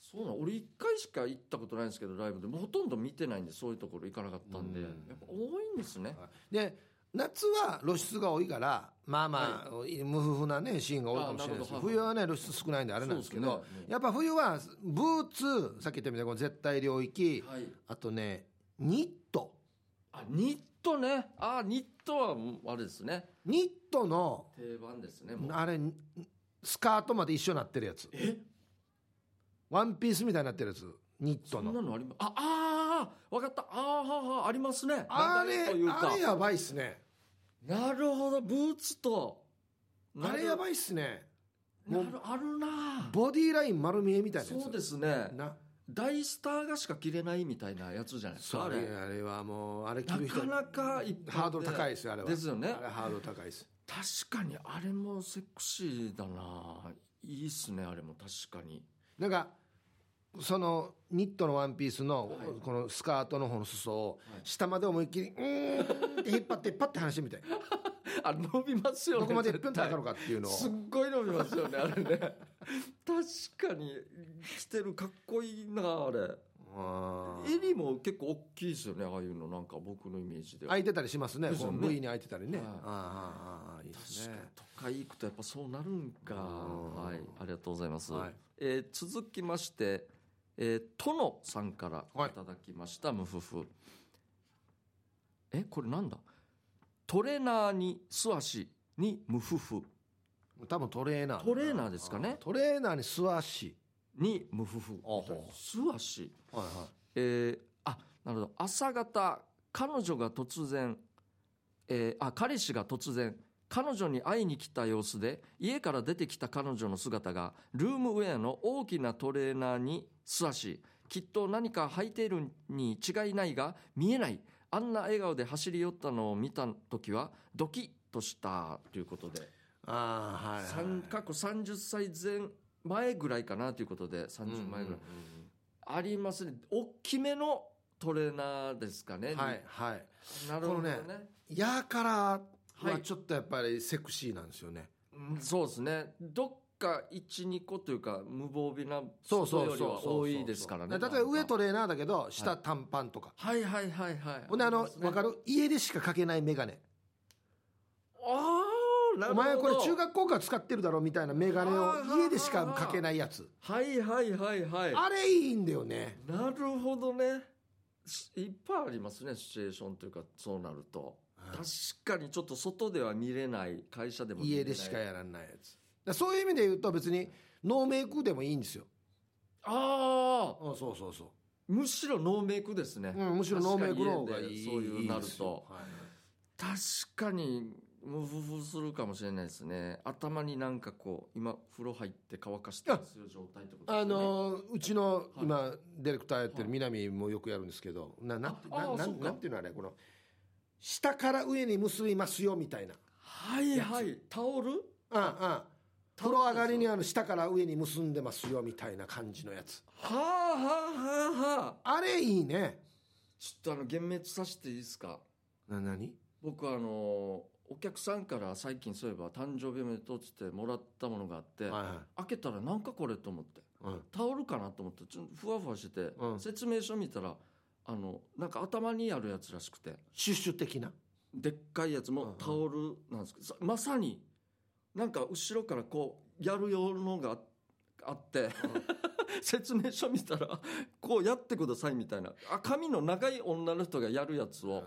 [SPEAKER 1] そうなん俺1回しか行ったことないんですけどライブでもうほとんど見てないんでそういうところ行かなかったんで
[SPEAKER 2] うん
[SPEAKER 1] やっぱ多いんですね
[SPEAKER 2] で夏は露出が多いからまあまあ、無夫婦なねシーンが多いかもしれない
[SPEAKER 1] あなるほ
[SPEAKER 2] ですけ
[SPEAKER 1] ど
[SPEAKER 2] ど
[SPEAKER 1] はい
[SPEAKER 2] 冬はね露出少ないんであれなんですけど
[SPEAKER 1] そうですね
[SPEAKER 2] やっぱ冬はブーツさっき言ったみたいにこの絶対領域、
[SPEAKER 1] はい
[SPEAKER 2] あとねニット
[SPEAKER 1] あニットねあニットはもうあれですね
[SPEAKER 2] ニットの
[SPEAKER 1] 定番ですねもう
[SPEAKER 2] あれスカートまで一緒になってるやつ
[SPEAKER 1] え
[SPEAKER 2] ワンピースみたいになってるやつニット
[SPEAKER 1] そん
[SPEAKER 2] の
[SPEAKER 1] なのありまあああわかったあーはーはーありますね
[SPEAKER 2] あ
[SPEAKER 1] 長い
[SPEAKER 2] れ
[SPEAKER 1] というか
[SPEAKER 2] あれやばいっすね
[SPEAKER 1] なるほどブーツと
[SPEAKER 2] あれやば
[SPEAKER 1] い
[SPEAKER 2] いっすね
[SPEAKER 1] な
[SPEAKER 2] も
[SPEAKER 1] る
[SPEAKER 2] う
[SPEAKER 1] あるな
[SPEAKER 2] ボディライン丸見えみたいなやつ
[SPEAKER 1] そうですね
[SPEAKER 2] な
[SPEAKER 1] 大スターがしか着れないみたいなやつじゃないです
[SPEAKER 2] そう
[SPEAKER 1] かあ
[SPEAKER 2] あれ
[SPEAKER 1] れ
[SPEAKER 2] あれはもうあれ着る
[SPEAKER 1] な
[SPEAKER 2] 人
[SPEAKER 1] かなか一般で
[SPEAKER 2] ハードル高いですよあれは
[SPEAKER 1] ですよね
[SPEAKER 2] あれハードル高いです
[SPEAKER 1] 確かにあれもセクシーだないいっすねあれも確 かに
[SPEAKER 2] なんかそのニットのワンピースの
[SPEAKER 1] はい
[SPEAKER 2] このスカートの方の裾を
[SPEAKER 1] はい
[SPEAKER 2] 下まで思いっきりうーんって引っ張ってパッて離してみたい
[SPEAKER 1] あれ 伸びますよね
[SPEAKER 2] どこまで1
[SPEAKER 1] 絶
[SPEAKER 2] 分
[SPEAKER 1] 対
[SPEAKER 2] かかるかっていうのを
[SPEAKER 1] すっごい伸びますよねあれね確かに着てるかっこいいなあれ
[SPEAKER 2] うん
[SPEAKER 1] 襟も結構大きいですよねああいうのなんか僕のイメージで
[SPEAKER 2] 開いてたりしますね
[SPEAKER 1] ですよ
[SPEAKER 2] こ
[SPEAKER 1] ね
[SPEAKER 2] の V に開いてたりね
[SPEAKER 1] はい
[SPEAKER 2] あーあーあーいいです
[SPEAKER 1] 確
[SPEAKER 2] ね
[SPEAKER 1] かに都会行くとやっぱそうなるんか
[SPEAKER 2] うん
[SPEAKER 1] はいありがとうございます、
[SPEAKER 2] はい
[SPEAKER 1] えー続きましてえー、殿さんから
[SPEAKER 2] はい
[SPEAKER 1] いただきました、無夫婦えこれなんだトレーナーに素足に無夫婦
[SPEAKER 2] 多分トレーナーだな
[SPEAKER 1] トレーナーですかね
[SPEAKER 2] あートレーナーに素足
[SPEAKER 1] に無夫婦
[SPEAKER 2] ほう
[SPEAKER 1] 素足
[SPEAKER 2] はいはい
[SPEAKER 1] えーあなるほど朝方彼女が突然、えーあ彼氏が突然彼女に会いに来た様子で家から出てきた彼女の姿がルームウェアの大きなトレーナーに素足きっと何か履いているに違いないが見えないあんな笑顔で走り寄ったのを見た時はドキッとしたということで
[SPEAKER 2] ああはいはい
[SPEAKER 1] 三過去30歳前前ぐらいかなということで30前ぐらい。ありますね。大きめのトレーナーですかね。
[SPEAKER 2] はい。はい
[SPEAKER 1] なるほどね
[SPEAKER 2] こ。のやからはちょっとやっぱりセクシーなんですよね
[SPEAKER 1] うんそうですね。どっか1、2個というか、無防備な
[SPEAKER 2] そうそう
[SPEAKER 1] よ
[SPEAKER 2] そう
[SPEAKER 1] りは
[SPEAKER 2] そう
[SPEAKER 1] 多いですからね。
[SPEAKER 2] 例えば上ト
[SPEAKER 1] レ
[SPEAKER 2] レーナーだけど下短パンとか
[SPEAKER 1] はいはいはいはい。
[SPEAKER 2] ほんであ
[SPEAKER 1] り
[SPEAKER 2] の
[SPEAKER 1] ますね
[SPEAKER 2] わかる家でしかかけない眼鏡
[SPEAKER 1] ああ、な
[SPEAKER 2] お
[SPEAKER 1] るほど。
[SPEAKER 2] 前これ中学校から使ってるだろみたいな眼鏡を家でしかかけないやつ
[SPEAKER 1] はいはいはいはい。
[SPEAKER 2] あれいいんだよね
[SPEAKER 1] なるほどね。しいっぱいありますね、シチュエーションというか、そうなると。確かにちょっと外では見れない、会社でも見れな
[SPEAKER 2] 家
[SPEAKER 1] い。
[SPEAKER 2] でしかやらないやつだからそういう意味で言うと別にノーメイクでもいいんですよ
[SPEAKER 1] ああ、
[SPEAKER 2] うんそうそうそ
[SPEAKER 1] むしろノーメイクですね。
[SPEAKER 2] う、うん、むしろノーメイクの方がいい
[SPEAKER 1] 確かに家でそういうなると
[SPEAKER 2] ですよはい
[SPEAKER 1] 確かにムフフするかもしれないですね頭になんかこう今風呂入って乾かしてする状態ってことです
[SPEAKER 2] あ
[SPEAKER 1] よね
[SPEAKER 2] のーうちの今ディレクターやってる南もよくやるんですけどななんて
[SPEAKER 1] あ
[SPEAKER 2] な
[SPEAKER 1] あ
[SPEAKER 2] な
[SPEAKER 1] そうか
[SPEAKER 2] なんていうのあれこの下から上に結びますよみたいな
[SPEAKER 1] はいはいタオル
[SPEAKER 2] うんうん風呂上がりにあの下から上に結んでますよみたいな感じのやつ
[SPEAKER 1] はあはあはあはあ
[SPEAKER 2] あれいいね
[SPEAKER 1] ちょっとあの幻滅させていいですか
[SPEAKER 2] な何
[SPEAKER 1] 僕あのお客さんから最近そういえば誕生日おめでとうっつってもらったものがあって、
[SPEAKER 2] は
[SPEAKER 1] 開けたらなんかこれと思って
[SPEAKER 2] いはい
[SPEAKER 1] タオルかなと思ってちょっとふわふわしてて、
[SPEAKER 2] うん
[SPEAKER 1] 説明書見たらあのなんか頭にあるやつらしくて
[SPEAKER 2] シュッシュ的な
[SPEAKER 1] でっかいやつ
[SPEAKER 2] うんう
[SPEAKER 1] も
[SPEAKER 2] ん
[SPEAKER 1] タオルなんですけど、さまさになんか後ろからこうやる用のがあって、 説明書見たらこうやってくださいみたいなあ髪の長い女の人がやるやつを、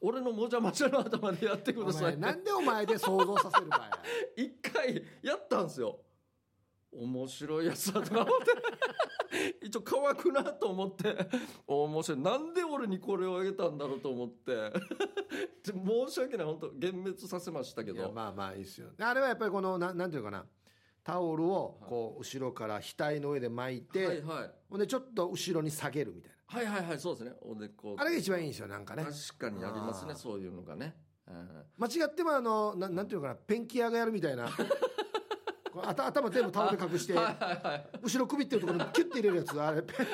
[SPEAKER 1] 俺のもじゃもじゃの頭でやってく
[SPEAKER 2] お
[SPEAKER 1] ださい
[SPEAKER 2] 前
[SPEAKER 1] っ
[SPEAKER 2] なんでお前で想像させるかや
[SPEAKER 1] て一回やったんですよ面白いやつだとか思って 一応乾くなと思って面白いなんで俺にこれをあげたんだろうと思ってちょ申し訳ない本当幻滅させましたけ
[SPEAKER 2] いや
[SPEAKER 1] ど
[SPEAKER 2] まあまあいいですよあれはやっぱりこのななんていうのかなタオルをこう後ろから額の上で巻いて、
[SPEAKER 1] はいはい、
[SPEAKER 2] ほんでちょっと後ろに下げるみたい
[SPEAKER 1] はいはいはいそうですねおでこ
[SPEAKER 2] なあれが一番いいんですよなんかね
[SPEAKER 1] 確かにありますね
[SPEAKER 2] あー
[SPEAKER 1] そういうのがね、うん
[SPEAKER 2] 間違ってもあのななんていうのかなペンキ屋がやるみた いなこう頭頭全部タオルで隠して
[SPEAKER 1] はいはいはい
[SPEAKER 2] 後ろ首っていうところにキュッて入れるやつ あれペン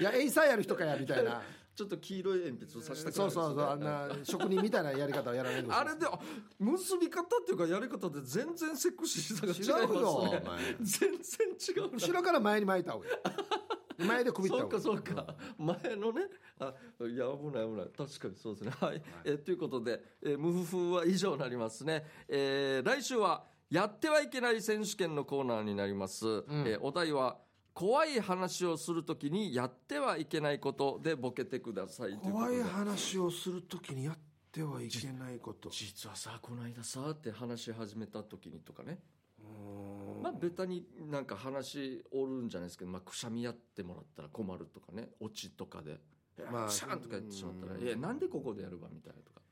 [SPEAKER 2] いやエイサーやる人かやみたいな
[SPEAKER 1] ちょっと黄色い鉛筆を
[SPEAKER 2] そ
[SPEAKER 1] さ
[SPEAKER 2] う
[SPEAKER 1] した
[SPEAKER 2] そ
[SPEAKER 1] くな
[SPEAKER 2] う
[SPEAKER 1] る
[SPEAKER 2] そうあんな職人みたいなやり方をやられるんです
[SPEAKER 1] あ
[SPEAKER 2] よ
[SPEAKER 1] れであ結び方っていうかやり方で全然セクシーさが違い
[SPEAKER 2] 違うよ
[SPEAKER 1] ます
[SPEAKER 2] お
[SPEAKER 1] ね
[SPEAKER 2] 前
[SPEAKER 1] 全然違うな
[SPEAKER 2] 後ろから前に巻いた方がいい前で首った
[SPEAKER 1] そ
[SPEAKER 2] 方
[SPEAKER 1] う
[SPEAKER 2] がい
[SPEAKER 1] か
[SPEAKER 2] い
[SPEAKER 1] そうか、前のねあいや危ない危ない確かにそうですねはい、えということで、えー、ムフフは以上になりますね、えー来週はやってはいけない選手権のコーナーになります、えーお題は怖い話をするときにやってはいけないことでボケてくださいということで
[SPEAKER 2] 怖い話をするときにやってはいけないこと
[SPEAKER 1] 実はさこの間さって話し始めた時にとかね
[SPEAKER 2] うーん
[SPEAKER 1] まあベタになんか話おるんじゃないですけど、まあ、くしゃみやってもらったら困るとかねオチとかで「
[SPEAKER 2] ま
[SPEAKER 1] ま
[SPEAKER 2] あ
[SPEAKER 1] あ、くしゃん!」とか言ってしまったら「
[SPEAKER 2] うん
[SPEAKER 1] いやなんでここでやるば」みたいなとか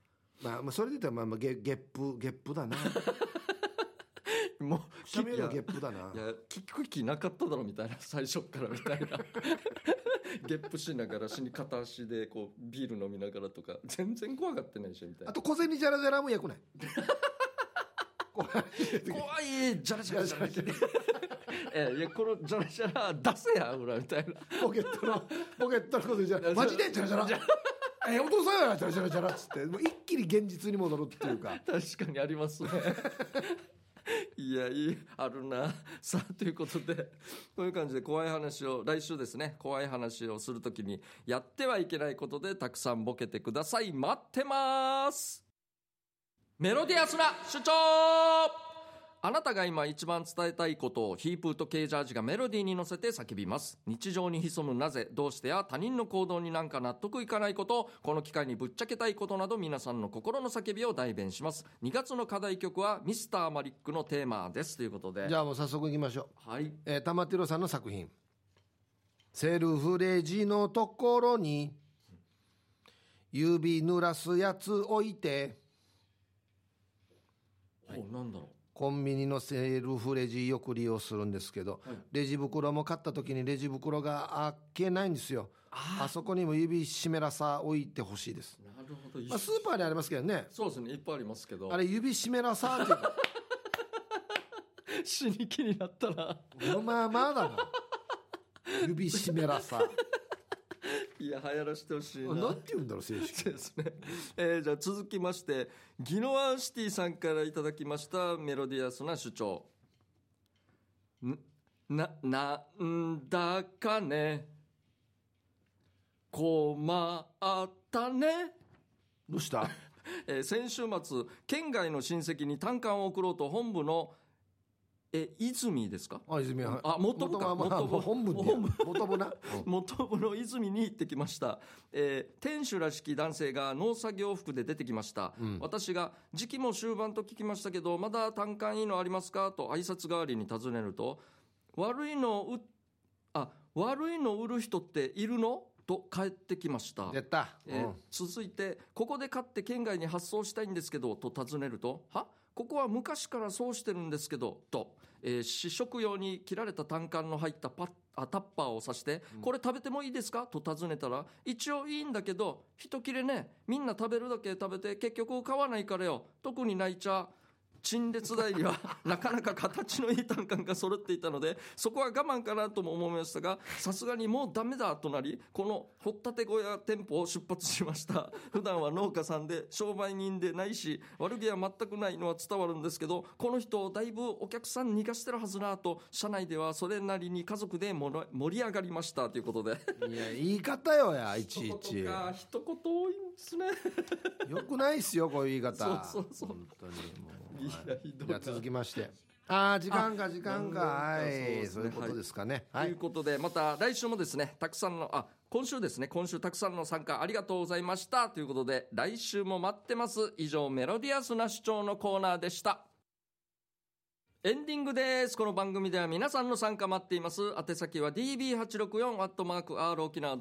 [SPEAKER 2] まあ、まあそれで言ったらまあまあゲゲップゲッ プだな
[SPEAKER 1] もう
[SPEAKER 2] しゃべりは
[SPEAKER 1] や
[SPEAKER 2] ゲップだない
[SPEAKER 1] や聞く気なかっただろみたいな 最初っからみたいなゲップしながら死に片足でこうビール飲みながらとか全然怖がってないしみたい
[SPEAKER 2] あ
[SPEAKER 1] な
[SPEAKER 2] と小銭じゃらじゃらもよ くない怖い
[SPEAKER 1] 怖いじゃらじゃらじゃらえいやこのじゃらじゃら出せやほらみたいな
[SPEAKER 2] ポケットのポケットのことじゃらマジでじゃらじゃら「えお父さんや!」チャラチャラチャラっつってもう一気に現実に戻るっていう か
[SPEAKER 1] 確かにありますね。いやいいあるなさあということでこういう感じで怖い話を来週ですね怖い話をするときにやってはいけないことでたくさんボケてください待ってますメロディアスな主張あなたが今一番伝えたいことをヒープーとケージャージがメロディーに乗せて叫びます日常に潜むなぜどうしてや他人の行動になんか納得いかないことこの機会にぶっちゃけたいことなど皆さんの心の叫びを代弁します2月の課題曲はミスターマリックのテーマですということで
[SPEAKER 2] じゃあもう早速いきましょう
[SPEAKER 1] はい
[SPEAKER 2] えー、玉テロさんの作品セルフレジのところに指濡らすやつ置いて
[SPEAKER 1] おなんだろ
[SPEAKER 2] コンビニのセルフレジよく利用するんですけど、レジ袋も買った時にレジ袋が開けないんですよあそこにも指湿らさ置いてほしいです、
[SPEAKER 1] うなるほど、
[SPEAKER 2] まあ、スーパーでありますけどね
[SPEAKER 1] そうですねいっぱいありますけど
[SPEAKER 2] あれ指湿らさっていうか
[SPEAKER 1] 死に気になったら
[SPEAKER 2] まあまあだ な指湿らさ
[SPEAKER 1] いや流行らしてほしいな
[SPEAKER 2] なんて言うんだろう正式
[SPEAKER 1] そうですね、えーじゃあ続きましてギノアンシティさんからいただきましたメロディアスな主張んななんだかね困ったね
[SPEAKER 2] どうした
[SPEAKER 1] えー先週末県外の親戚に短観を送ろうと本部のえ泉ですか
[SPEAKER 2] あ泉は
[SPEAKER 1] あ元部か
[SPEAKER 2] はまあ
[SPEAKER 1] 元部
[SPEAKER 2] 本部に
[SPEAKER 1] 本部
[SPEAKER 2] 元部な、うん
[SPEAKER 1] 元部の泉に行ってきました、えー店主らしき男性が農作業服で出てきました、私が「時期も終盤と聞きましたけどまだ単管いいのありますか?」と挨拶代わりに尋ねると「悪いのうあ悪いの売る人っているの?」と帰ってきました
[SPEAKER 2] やった、
[SPEAKER 1] えー続いて「ここで買って県外に発送したいんですけど」と尋ねると「はここは昔からそうしてるんですけど」と、えー試食用に切られた単管の入ったパッあタッパーを刺して「これ食べてもいいですか?」と尋ねたら「一応いいんだけど一切れねみんな食べるだけ食べて結局買わないからよ特に泣いちゃう」陳列台にはなかなか形のいい単管が揃っていたので そこは我慢かなとも思いましたがさすがにもうダメだとなりこの掘ったて小屋店舗を出発しました 普段は農家さんで商売人でないし悪気は全くないのは伝わるんですけどこの人をだいぶお客さん逃がしてるはずなと社内ではそれなりに家族でもの盛り上がりましたということで
[SPEAKER 2] いや言い方よや いちい
[SPEAKER 1] 一
[SPEAKER 2] ち
[SPEAKER 1] 言か一言多いんですね
[SPEAKER 2] よくないっすよこういう言い方
[SPEAKER 1] そうそうそう
[SPEAKER 2] 本当にもう
[SPEAKER 1] いやひどい
[SPEAKER 2] じゃ
[SPEAKER 1] な
[SPEAKER 2] あ続きましてああ時間が時間が
[SPEAKER 1] な
[SPEAKER 2] は
[SPEAKER 1] るほど
[SPEAKER 2] い
[SPEAKER 1] そ
[SPEAKER 2] そうう
[SPEAKER 1] ですね
[SPEAKER 2] いうことですかね
[SPEAKER 1] と
[SPEAKER 2] はいいう
[SPEAKER 1] ことで、また来週もですね、たくさんの、あ、今週ですね、今週たくさんの参加ありがとうございました。ということで、来週も待ってます。以上、メロディアスな主張のコーナーでした。エンディングです。この番組では皆さんの参加待っています。宛先は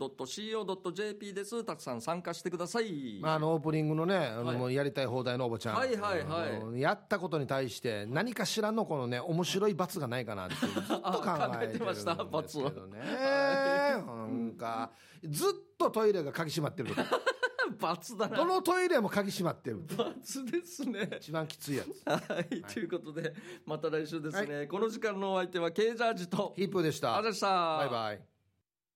[SPEAKER 1] db864-rokinawa.co.jp です。たくさん参加してください。
[SPEAKER 2] まあ、あのオープニングのね、あの
[SPEAKER 1] はい
[SPEAKER 2] もうやりたい放題のおばちゃん、
[SPEAKER 1] はいはいはい
[SPEAKER 2] あのやったことに対して何かしらのこのね面白い罰がないかなってずっ と考えてるんですけ
[SPEAKER 1] あ考えてました
[SPEAKER 2] どねなん かずっとトイレが鍵閉まってるとか
[SPEAKER 1] 罰だ
[SPEAKER 2] ど
[SPEAKER 1] な。
[SPEAKER 2] のトイレも鍵閉まってる
[SPEAKER 1] 罰ですね。
[SPEAKER 2] 一番きついやつ
[SPEAKER 1] はい。ということで、また来週ですね。この時間のお相手は、ケージャージと、
[SPEAKER 2] ヒップーでした
[SPEAKER 1] あざした。
[SPEAKER 2] バイバイ